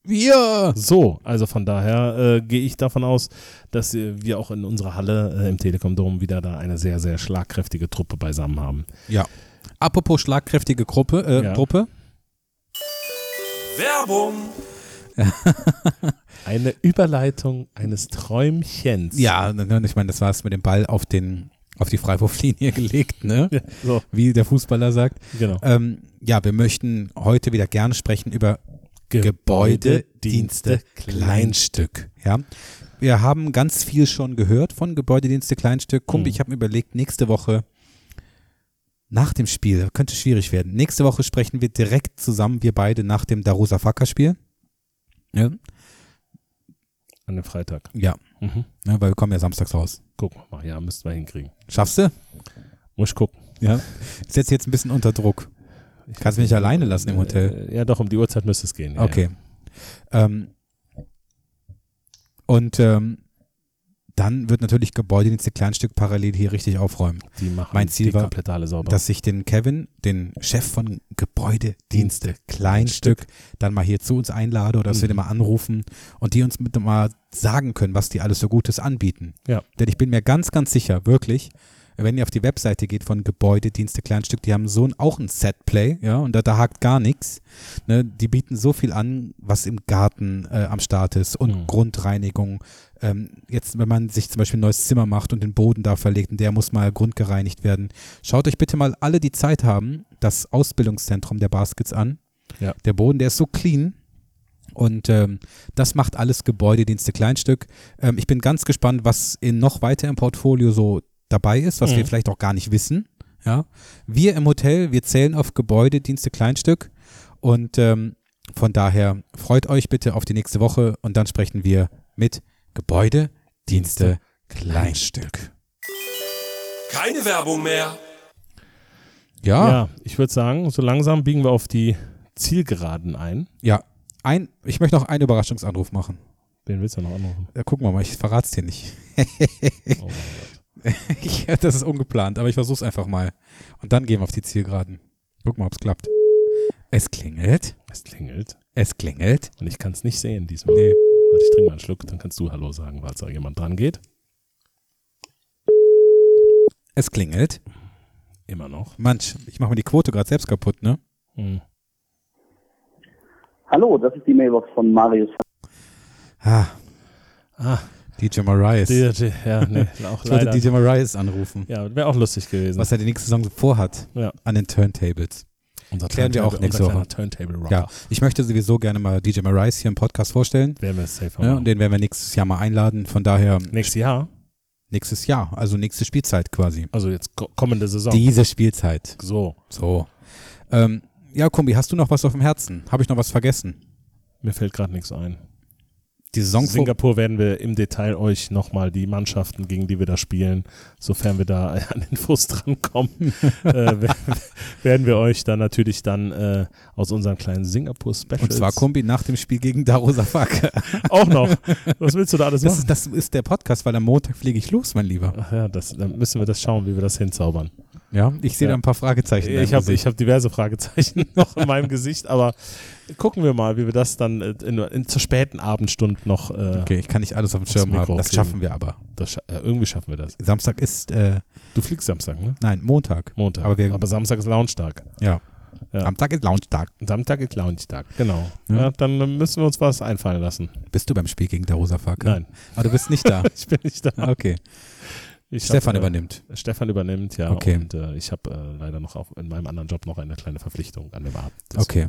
Speaker 1: Wir!
Speaker 2: So, also von daher äh, gehe ich davon aus, dass äh, wir auch in unserer Halle äh, im Telekom Dom wieder da eine sehr, sehr schlagkräftige Truppe beisammen haben.
Speaker 1: Ja. Apropos schlagkräftige Gruppe, äh,
Speaker 2: Ja.
Speaker 1: Gruppe.
Speaker 9: Werbung.
Speaker 2: Eine Überleitung eines Träumchens.
Speaker 1: Ja, ne, ne, ich meine, das war es mit dem Ball auf den auf die Freiwurflinie gelegt, ne?
Speaker 2: Ja, so,
Speaker 1: Wie der Fußballer sagt.
Speaker 2: genau.
Speaker 1: Ähm, ja, wir möchten heute wieder gerne sprechen über Gebäudedienste Kleinstück. Ja. Wir haben ganz viel schon gehört von Gebäudedienste Kleinstück. Kumpi,
Speaker 2: Mhm.
Speaker 1: ich habe mir überlegt, nächste Woche nach dem Spiel, könnte schwierig werden. Nächste Woche sprechen wir direkt zusammen, wir beide, nach dem Darussafaka-Spiel. Ne?
Speaker 2: An dem Freitag.
Speaker 1: Ja,
Speaker 2: Mhm.
Speaker 1: ne, weil wir kommen ja samstags raus.
Speaker 2: Gucken wir mal, ja, müssten wir hinkriegen.
Speaker 1: Schaffst du?
Speaker 2: Muss ich gucken.
Speaker 1: Ja. Ich setze jetzt ein bisschen unter Druck. Kannst mich nicht alleine lassen im Hotel.
Speaker 2: Äh, Ja, doch, um die Uhrzeit müsste es gehen. Ja,
Speaker 1: Okay. Ähm, und ähm, dann wird natürlich Gebäudedienste Kleinstück parallel hier richtig aufräumen,
Speaker 2: Ja. Die machen
Speaker 1: Mein Ziel
Speaker 2: die
Speaker 1: war,
Speaker 2: komplette Halle sauber.
Speaker 1: dass ich den Kevin, den Chef von Gebäudedienste Kleinstück, dann mal hier zu uns einlade oder dass
Speaker 2: Mhm.
Speaker 1: wir den mal anrufen und die uns mit mal sagen können, was die alles so Gutes anbieten.
Speaker 2: Ja.
Speaker 1: Denn ich bin mir ganz, ganz sicher, wirklich, wenn ihr auf die Webseite geht von Gebäudedienste Kleinstück, die haben so ein, auch ein Setplay, ja, und da, da hakt gar nichts. Ne? Die bieten so viel an, was im Garten äh, am Start ist und
Speaker 2: Mhm.
Speaker 1: Grundreinigung. Ähm, jetzt, wenn man sich zum Beispiel ein neues Zimmer macht und den Boden da verlegt und der muss mal grundgereinigt werden. Schaut euch bitte mal alle, die Zeit haben, das Ausbildungszentrum der Baskets an.
Speaker 2: Ja.
Speaker 1: Der Boden, der ist so clean. Und ähm, das macht alles Gebäudedienste Kleinstück. Ähm, ich bin ganz gespannt, was in noch weiter im Portfolio so dabei ist, was wir vielleicht auch gar nicht wissen. Ja, wir im Hotel, wir zählen auf Gebäudedienste Kleinstück und ähm, von daher freut euch bitte auf die nächste Woche und dann sprechen wir mit Gebäudedienste Kleinstück.
Speaker 9: Keine Werbung mehr.
Speaker 1: Ja, ja.
Speaker 2: Ja, ich würde sagen, so langsam biegen wir auf die Zielgeraden ein.
Speaker 1: Ein, ich möchte noch einen Überraschungsanruf machen.
Speaker 2: Wen willst du noch anrufen?
Speaker 1: Ja, gucken wir mal, ich verrat's dir nicht.
Speaker 2: Oh mein Gott.
Speaker 1: Ich- das ist ungeplant, aber ich versuch's einfach mal. Und dann gehen wir auf die Zielgeraden. Guck mal, ob's klappt. Es klingelt,
Speaker 2: Es klingelt
Speaker 1: es klingelt.
Speaker 2: und ich kann es nicht sehen diesmal.
Speaker 1: Nee,
Speaker 2: Warte, ich trinke mal einen Schluck, dann kannst du Hallo sagen, falls da jemand dran geht.
Speaker 1: es klingelt.
Speaker 2: Immer noch.
Speaker 1: Manch, ich mache mir die Quote gerade selbst kaputt, ne?
Speaker 2: Hm.
Speaker 9: Hallo, das ist die Mailbox von Marius.
Speaker 1: Ah,
Speaker 2: Ah,
Speaker 1: DJ Marias. Ich
Speaker 2: DJ, ja, nee, auch
Speaker 1: wollte
Speaker 2: leider.
Speaker 1: DJ Marias anrufen,
Speaker 2: Ja, wäre auch lustig gewesen.
Speaker 1: was er die nächste Saison so vorhat
Speaker 2: Ja.
Speaker 1: an den Turntables.
Speaker 2: Unser
Speaker 1: Klären wir auch
Speaker 2: Turntable-
Speaker 1: nächste
Speaker 2: unser
Speaker 1: Woche.
Speaker 2: kleiner Turntable Rocker.
Speaker 1: Ja, ich möchte sowieso gerne mal DJ Marias hier im Podcast vorstellen.
Speaker 2: Werden wir safe
Speaker 1: Ne?
Speaker 2: machen.
Speaker 1: Und den werden wir nächstes Jahr mal einladen. Von daher
Speaker 2: Nächstes Jahr,
Speaker 1: nächstes Jahr, also nächste Spielzeit quasi.
Speaker 2: also jetzt ko- kommende Saison.
Speaker 1: Diese Spielzeit.
Speaker 2: so,
Speaker 1: So. Ähm, ja, Kumbi, hast du noch was auf dem Herzen? Habe ich noch was vergessen?
Speaker 2: mir fällt gerade nichts ein.
Speaker 1: Die Saison vor-
Speaker 2: Singapur werden wir im Detail euch nochmal die Mannschaften, gegen die wir da spielen, sofern wir da an Infos drankommen, äh, wer- werden wir euch dann natürlich dann äh, aus unseren kleinen Singapur-Specials
Speaker 1: Und zwar Kumbi nach dem Spiel gegen Daro Safak.
Speaker 2: auch noch. Was willst du da alles
Speaker 1: Das,
Speaker 2: machen?
Speaker 1: ist- das ist der Podcast, weil am Montag fliege ich los, mein Lieber.
Speaker 2: Ach ja, das, dann müssen wir das schauen, wie wir das hinzaubern.
Speaker 1: Ja, ich sehe
Speaker 2: Ja.
Speaker 1: da ein paar Fragezeichen. in
Speaker 2: Ich
Speaker 1: deinem
Speaker 2: habe
Speaker 1: Gesicht.
Speaker 2: ich hab diverse Fragezeichen noch in meinem Gesicht, aber gucken wir mal, wie wir das dann äh, in, in zur späten Abendstunde noch. Äh,
Speaker 1: Okay, ich kann nicht alles auf dem
Speaker 2: aufs
Speaker 1: Schirm haben.
Speaker 2: Mikro
Speaker 1: Das
Speaker 2: kriegen.
Speaker 1: schaffen wir aber.
Speaker 2: das, scha- äh, irgendwie schaffen wir das.
Speaker 1: Samstag ist, äh,
Speaker 2: Du fliegst Samstag, ne?
Speaker 1: nein, Montag.
Speaker 2: Montag.
Speaker 1: Aber wir-
Speaker 2: Samstag ist Launchtag.
Speaker 1: Ja.
Speaker 2: Ja.
Speaker 1: Samstag ist Launchtag.
Speaker 2: Samstag ist Launchtag. Genau. Ja. dann müssen wir uns was einfallen lassen.
Speaker 1: Bist du beim Spiel gegen Daro Safak?
Speaker 2: Nein.
Speaker 1: Aber du bist nicht da.
Speaker 2: Ich bin nicht da.
Speaker 1: Okay.
Speaker 2: Ich
Speaker 1: Stefan
Speaker 2: hab, äh,
Speaker 1: übernimmt.
Speaker 2: Stefan übernimmt, ja.
Speaker 1: Okay.
Speaker 2: Und äh, ich habe äh, leider noch auf, in meinem anderen Job noch eine kleine Verpflichtung an dem Abend. Das ist
Speaker 1: Okay.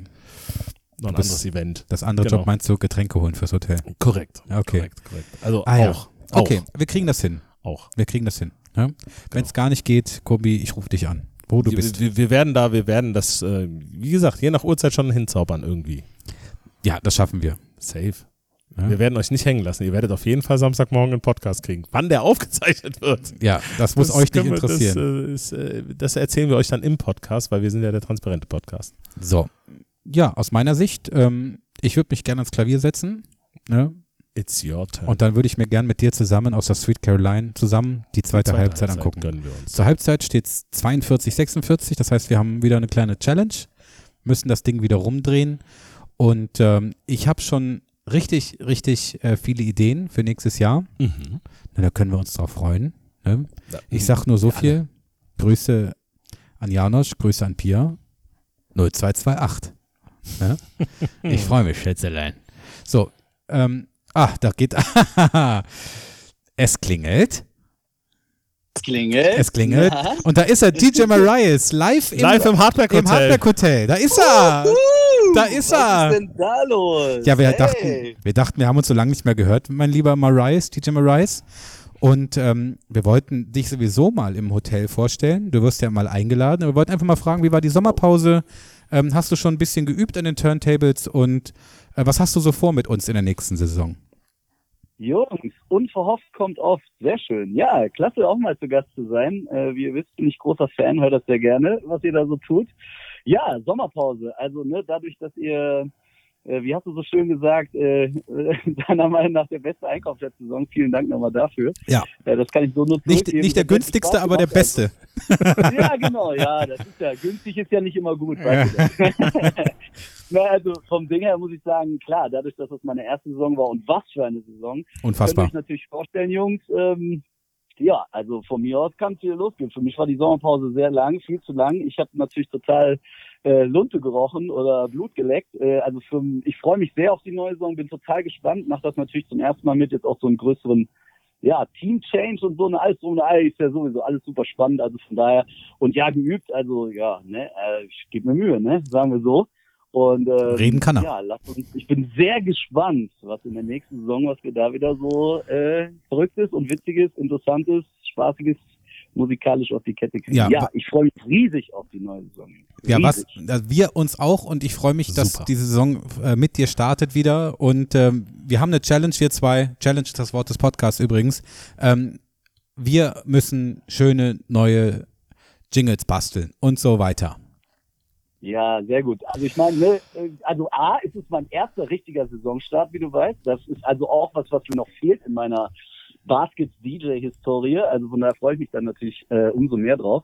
Speaker 2: Noch ein
Speaker 1: Du bist-
Speaker 2: anderes Event.
Speaker 1: Das andere
Speaker 2: Genau.
Speaker 1: Job meinst du, Getränke holen fürs Hotel.
Speaker 2: Korrekt.
Speaker 1: Okay.
Speaker 2: Korrekt, korrekt. Also
Speaker 1: Ah, ja.
Speaker 2: auch.
Speaker 1: Okay, wir kriegen das hin.
Speaker 2: Auch. auch.
Speaker 1: Wir kriegen das hin. Ne?
Speaker 2: Genau.
Speaker 1: Wenn es gar nicht geht, Kobi, ich rufe dich an. Wo du bist.
Speaker 2: Wir, wir werden da, wir werden das, äh, wie gesagt, je nach Uhrzeit schon hinzaubern irgendwie.
Speaker 1: Ja, das schaffen wir.
Speaker 2: Safe.
Speaker 1: Ja.
Speaker 2: Wir werden euch nicht hängen lassen. Ihr werdet auf jeden Fall Samstagmorgen einen Podcast kriegen. Wann der aufgezeichnet wird.
Speaker 1: Ja, das muss
Speaker 2: Das
Speaker 1: euch nicht
Speaker 2: können wir-
Speaker 1: interessieren.
Speaker 2: Das, äh, ist, äh, das erzählen wir euch dann im Podcast, weil wir sind ja der transparente Podcast.
Speaker 1: so. Ja, aus meiner Sicht, ähm, ich würde mich gerne ans Klavier setzen. Ne?
Speaker 2: It's your turn.
Speaker 1: Und dann würde ich mir gern mit dir zusammen aus der Sweet Caroline zusammen die zweite,
Speaker 2: Zweite
Speaker 1: Halbzeit, angucken.
Speaker 2: gönnen wir uns.
Speaker 1: Zur Halbzeit steht es 42, 46. Das heißt, wir haben wieder eine kleine Challenge, müssen das Ding wieder rumdrehen. Und ähm, ich habe schon richtig, richtig äh, viele Ideen für nächstes Jahr.
Speaker 2: Mhm.
Speaker 1: Na, da können wir uns drauf freuen. Ne?
Speaker 2: Da-
Speaker 1: Ich sag nur so
Speaker 2: Wir alle.
Speaker 1: viel. Grüße an Janosch, Grüße an Pia. 0228. Ne? ich freue mich, Schätzelein. So, ähm, ah, da geht. es klingelt.
Speaker 9: Es klingelt.
Speaker 1: Es klingelt. Und da ist er, DJ Marias, live im,
Speaker 2: Live im Hardback
Speaker 1: im
Speaker 2: Hotel.
Speaker 1: Hardback Hotel. Da ist er. Da ist
Speaker 7: Was
Speaker 1: er.
Speaker 7: ist denn da los?
Speaker 1: Ja, wir
Speaker 7: Hey.
Speaker 1: dachten, wir dachten, wir haben uns so lange nicht mehr gehört, mein lieber Marias, DJ Marias. Und ähm, wir wollten dich sowieso mal im Hotel vorstellen. Du wirst ja mal eingeladen. Aber Wir wollten einfach mal fragen, wie war die Sommerpause? Ähm, hast du schon ein bisschen geübt an den Turntables? Und äh, was hast du so vor mit uns in der nächsten Saison?
Speaker 9: Jungs, unverhofft kommt oft. Sehr schön. Ja, klasse auch mal zu Gast zu sein. Äh, wie ihr wisst, bin ich großer Fan, höre das sehr gerne, was ihr da so tut. Ja, Sommerpause. Also ne, dadurch, dass ihr, äh, wie hast du so schön gesagt, äh, deiner Meinung nach der beste Einkauf der Saison. Vielen Dank nochmal dafür.
Speaker 1: Ja.
Speaker 9: Äh, das kann ich so nur
Speaker 1: Nicht,
Speaker 9: zurückgeben.
Speaker 1: nicht der
Speaker 9: Das hat Spaß
Speaker 1: günstigste, aber der
Speaker 9: gemacht.
Speaker 1: beste.
Speaker 9: Ja, genau, ja, das ist ja, günstig ist ja nicht immer gut, weißt du das. Na, also vom Ding her muss ich sagen, klar, dadurch, dass das meine erste Saison war und was für eine Saison, könnt ihr
Speaker 1: Unfassbar.
Speaker 9: euch natürlich vorstellen, Jungs, ähm, ja, also von mir aus kann es wieder losgehen. Für mich war die Sommerpause sehr lang, viel zu lang. Ich habe natürlich total äh, Lunte gerochen oder Blut geleckt. Äh, also für, ich freue mich sehr auf die neue Saison, bin total gespannt, mache das natürlich zum ersten Mal mit, jetzt auch so einen größeren ja, Team-Change und so eine alles so eine Ei ist ja sowieso alles super spannend. Also von daher, und ja, geübt, also ja, ne, äh, ich gebe mir Mühe, ne, sagen wir so. Und, äh,
Speaker 1: Reden kann er.
Speaker 9: Ja, lasst uns, ich bin sehr gespannt, was in der nächsten Saison, was wir da wieder so äh, verrücktes und witziges, interessantes, spaßiges musikalisch auf die Kette kriegen.
Speaker 1: Ja.
Speaker 9: Ja, ich freue mich riesig auf die neue Saison.
Speaker 1: Ja, was,
Speaker 9: Riesig.
Speaker 1: also wir uns auch und ich freue mich, dass
Speaker 2: Super.
Speaker 1: die Saison äh, mit dir startet wieder und ähm, wir haben eine Challenge, wir zwei, Challenge ist das Wort des Podcasts übrigens, ähm, wir müssen schöne neue Jingles basteln und so weiter.
Speaker 9: Ja, sehr gut. Also ich meine, ne, äh, also A, ist es ist mein erster richtiger Saisonstart, wie du weißt. Das ist also auch was, was mir noch fehlt in meiner Baskets-DJ-Historie. Also von daher freue ich mich dann natürlich äh, umso mehr drauf.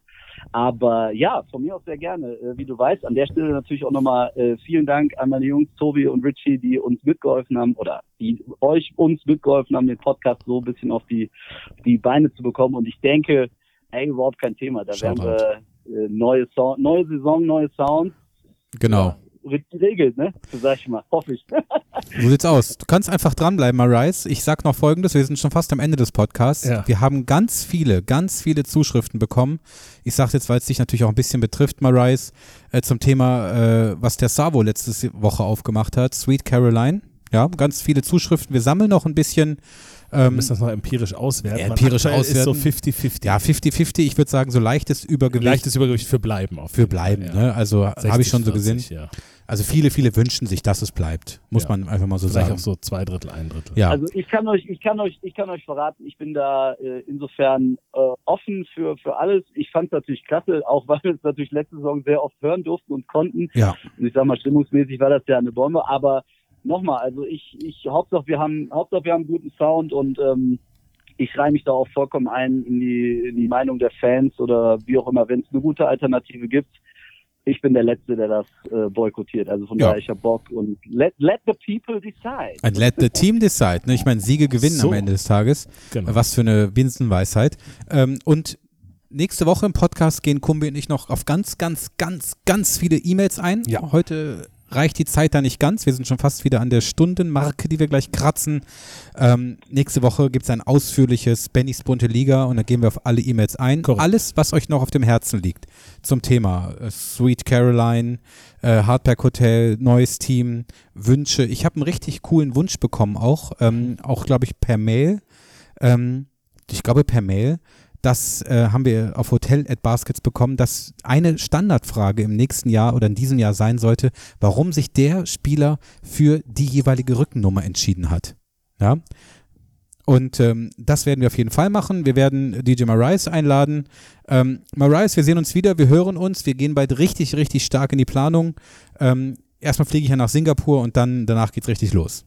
Speaker 9: Aber ja, von mir aus sehr gerne. Äh, wie du weißt, an der Stelle natürlich auch nochmal äh, vielen Dank an meine Jungs Tobi und Richie, die uns mitgeholfen haben oder die euch uns mitgeholfen haben, den Podcast so ein bisschen auf die, die Beine zu bekommen. Und ich denke, ey, überhaupt kein Thema. Da werden
Speaker 1: Shoutout.
Speaker 9: wir äh, neue, Sound, neue Saison, neue Sounds.
Speaker 1: Genau.
Speaker 9: Wird geregelt, ne? So sag ich mal, hoffe ich.
Speaker 1: So sieht's aus. Du kannst einfach dranbleiben, Marais. Ich sag noch folgendes, wir sind schon fast am Ende des Podcasts.
Speaker 2: Ja.
Speaker 1: Wir haben ganz viele, ganz viele Zuschriften bekommen. Ich sag's jetzt, weil es dich natürlich auch ein bisschen betrifft, Marais, äh, zum Thema, äh, was der Savo letzte Woche aufgemacht hat, Sweet Caroline. Ja, ganz viele Zuschriften. Wir sammeln noch ein bisschen.
Speaker 2: Wir
Speaker 1: Ähm,
Speaker 2: müssen das noch empirisch auswerten.
Speaker 1: Ja,
Speaker 2: Mein
Speaker 1: empirisch
Speaker 2: aktuell ist so
Speaker 1: auswerten.
Speaker 2: 50-50.
Speaker 1: ja, 50-50, ich würde sagen, so leichtes Übergewicht
Speaker 2: Leichtes Übergewicht für bleiben. Auf
Speaker 1: für
Speaker 2: jeden Fall,
Speaker 1: bleiben.
Speaker 2: ja.
Speaker 1: Ne? Also habe ich schon so
Speaker 2: 60-40,
Speaker 1: gesehen.
Speaker 2: Ja.
Speaker 1: Also viele, viele wünschen sich, dass es bleibt. Muss
Speaker 2: Ja.
Speaker 1: man einfach mal so
Speaker 2: Vielleicht auch
Speaker 1: sagen.
Speaker 2: so zwei Drittel, ein Drittel.
Speaker 1: Ja.
Speaker 9: Also ich kann euch, ich kann euch, ich kann euch verraten, ich bin da äh, insofern äh, offen für für alles. Ich fand es natürlich klasse, auch weil wir es natürlich letzte Saison sehr oft hören durften und konnten.
Speaker 1: ja.
Speaker 9: Und ich sag mal, stimmungsmäßig war das ja eine Bombe, aber nochmal, also ich, ich Hauptsache wir haben, Hauptsache wir haben guten Sound und ähm, ich reihe mich da auch vollkommen ein in die, in die Meinung der Fans oder wie auch immer, wenn es eine gute Alternative gibt. Ich bin der Letzte, der das äh, boykottiert. Also von
Speaker 1: Ja.
Speaker 9: daher, ich hab Bock und let, let the people decide.
Speaker 1: And let the team decide. Ne? Ich meine, Siege gewinnen
Speaker 2: So.
Speaker 1: am Ende des Tages.
Speaker 2: Genau.
Speaker 1: Was für eine Binsenweisheit. Ähm, und nächste Woche im Podcast gehen Kumbi und ich noch auf ganz, ganz, ganz, ganz viele E-Mails ein.
Speaker 2: Ja.
Speaker 1: Heute reicht die Zeit da nicht ganz. Wir sind schon fast wieder an der Stundenmarke, die wir gleich kratzen. Ähm, nächste Woche gibt es ein ausführliches Bennys bunte Liga und dann gehen wir auf alle E-Mails ein.
Speaker 2: Korrekt.
Speaker 1: Alles, was euch noch auf dem Herzen liegt zum Thema äh, Sweet Caroline, äh, Hardback Hotel, neues Team, Wünsche. Ich habe einen richtig coolen Wunsch bekommen auch, ähm, auch glaube ich per Mail. Ähm, ich glaube per Mail. Das äh, haben wir auf Hotel at Baskets bekommen, dass eine Standardfrage im nächsten Jahr oder in diesem Jahr sein sollte, warum sich der Spieler für die jeweilige Rückennummer entschieden hat. Ja? Und ähm, das werden wir auf jeden Fall machen. Wir werden DJ Marais einladen. Ähm, Marais, wir sehen uns wieder, wir hören uns, wir gehen bald richtig, richtig stark in die Planung. Ähm, erstmal fliege ich ja nach Singapur und dann danach geht's richtig los.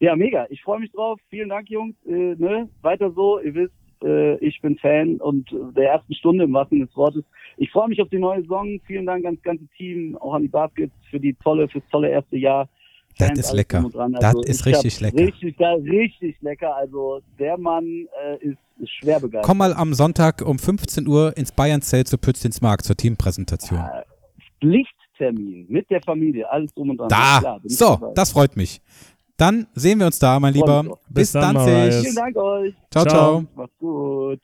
Speaker 9: Ja, mega. Ich freue mich drauf. Vielen Dank, Jungs. Äh, ne? Weiter so. Ihr wisst, äh, ich bin Fan und äh, der ersten Stunde im wahrsten Sinne des Wortes. Ich freue mich auf die neue Saison. Vielen Dank ans ganze Team, auch an die Baskets für die tolle, fürs tolle erste Jahr.
Speaker 1: Das
Speaker 9: Fans,
Speaker 1: ist
Speaker 9: alles
Speaker 1: lecker.
Speaker 9: drum und dran. Also,
Speaker 1: Das ist
Speaker 9: ich hab
Speaker 1: richtig lecker.
Speaker 9: Richtig, da, richtig lecker. Also der Mann äh, ist, ist schwer begeistert.
Speaker 1: Komm mal am Sonntag um 15 Uhr ins Bayernzelt zu Pützins Markt zur Teampräsentation.
Speaker 9: Lichttermin mit der Familie, alles drum und dran.
Speaker 1: da,
Speaker 9: Alles klar, bin ich
Speaker 1: so,
Speaker 9: dabei.
Speaker 1: das freut mich. Dann sehen wir uns da, mein
Speaker 9: Freut mich
Speaker 1: Lieber.
Speaker 9: drauf.
Speaker 1: Bis,
Speaker 2: Bis
Speaker 1: dann,
Speaker 2: dann,
Speaker 1: sich.
Speaker 2: Marais.
Speaker 9: Vielen Dank euch.
Speaker 1: Ciao,
Speaker 2: Ciao.
Speaker 1: ciao.
Speaker 9: Macht's gut.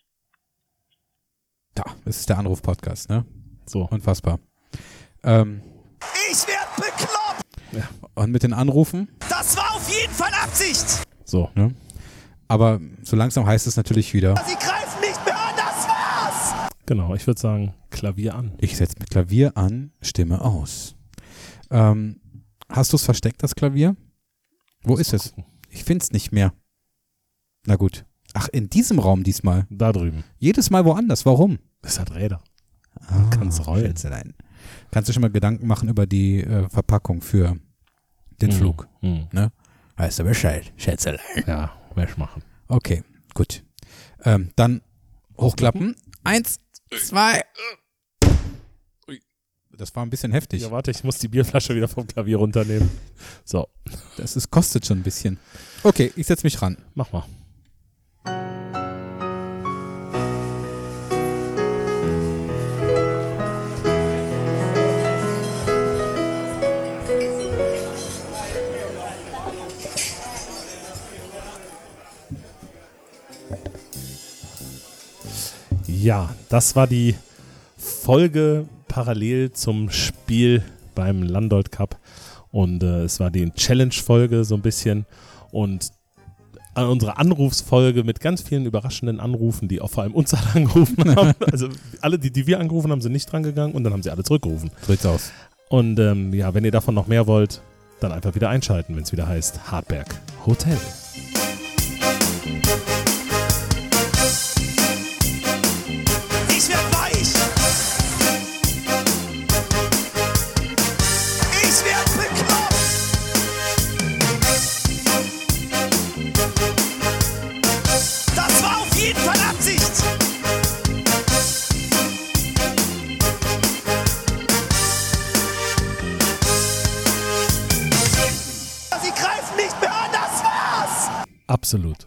Speaker 1: Da, das ist der Anruf-Podcast, ne?
Speaker 2: So.
Speaker 1: Unfassbar. Ähm,
Speaker 3: Ich werd bekloppt.
Speaker 1: und mit den Anrufen,
Speaker 3: Das war auf jeden Fall Absicht.
Speaker 2: So.
Speaker 1: ne? Aber so langsam heißt es natürlich wieder,
Speaker 3: Sie greifen nicht mehr an. Das war's.
Speaker 2: Genau. Ich würde sagen, Klavier an.
Speaker 1: ich setze mit Klavier an, Stimme aus. Ähm, hast du es versteckt, das Klavier? Wo ist es? Ich finde es nicht mehr. Na gut. Ach, in diesem Raum diesmal.
Speaker 2: Da drüben.
Speaker 1: Jedes Mal woanders. Warum?
Speaker 2: Das hat Räder.
Speaker 1: Ah,
Speaker 2: kann's rollen.
Speaker 1: Schätzelein. Kannst du schon mal Gedanken machen über die äh, Verpackung für den Flug?
Speaker 2: Hm.
Speaker 1: Ne? Weißt du Bescheid, Schätzelein.
Speaker 2: Ja, Wäsch machen.
Speaker 1: Okay, gut. Ähm, dann hochklappen. Eins, zwei. Das war ein bisschen heftig.
Speaker 2: Ja, warte, ich muss die Bierflasche wieder vom Klavier runternehmen. So,
Speaker 1: Das ist, kostet schon ein bisschen. Okay, ich setze mich ran.
Speaker 2: mach mal. Ja, das war die Folge parallel zum Spiel beim Landolt Cup. Und äh, es war die Challenge-Folge so ein bisschen. Und an unsere Anrufsfolge mit ganz vielen überraschenden Anrufen, die auch vor allem uns alle angerufen haben. Also alle, die, die wir angerufen haben, sind nicht drangegangen und dann haben sie alle zurückgerufen.
Speaker 1: So sieht's aus.
Speaker 2: Und ähm, ja, wenn ihr davon noch mehr wollt, dann einfach wieder einschalten, wenn es wieder heißt Hartberg Hotel.
Speaker 3: Ich werd weich.
Speaker 2: Absolut.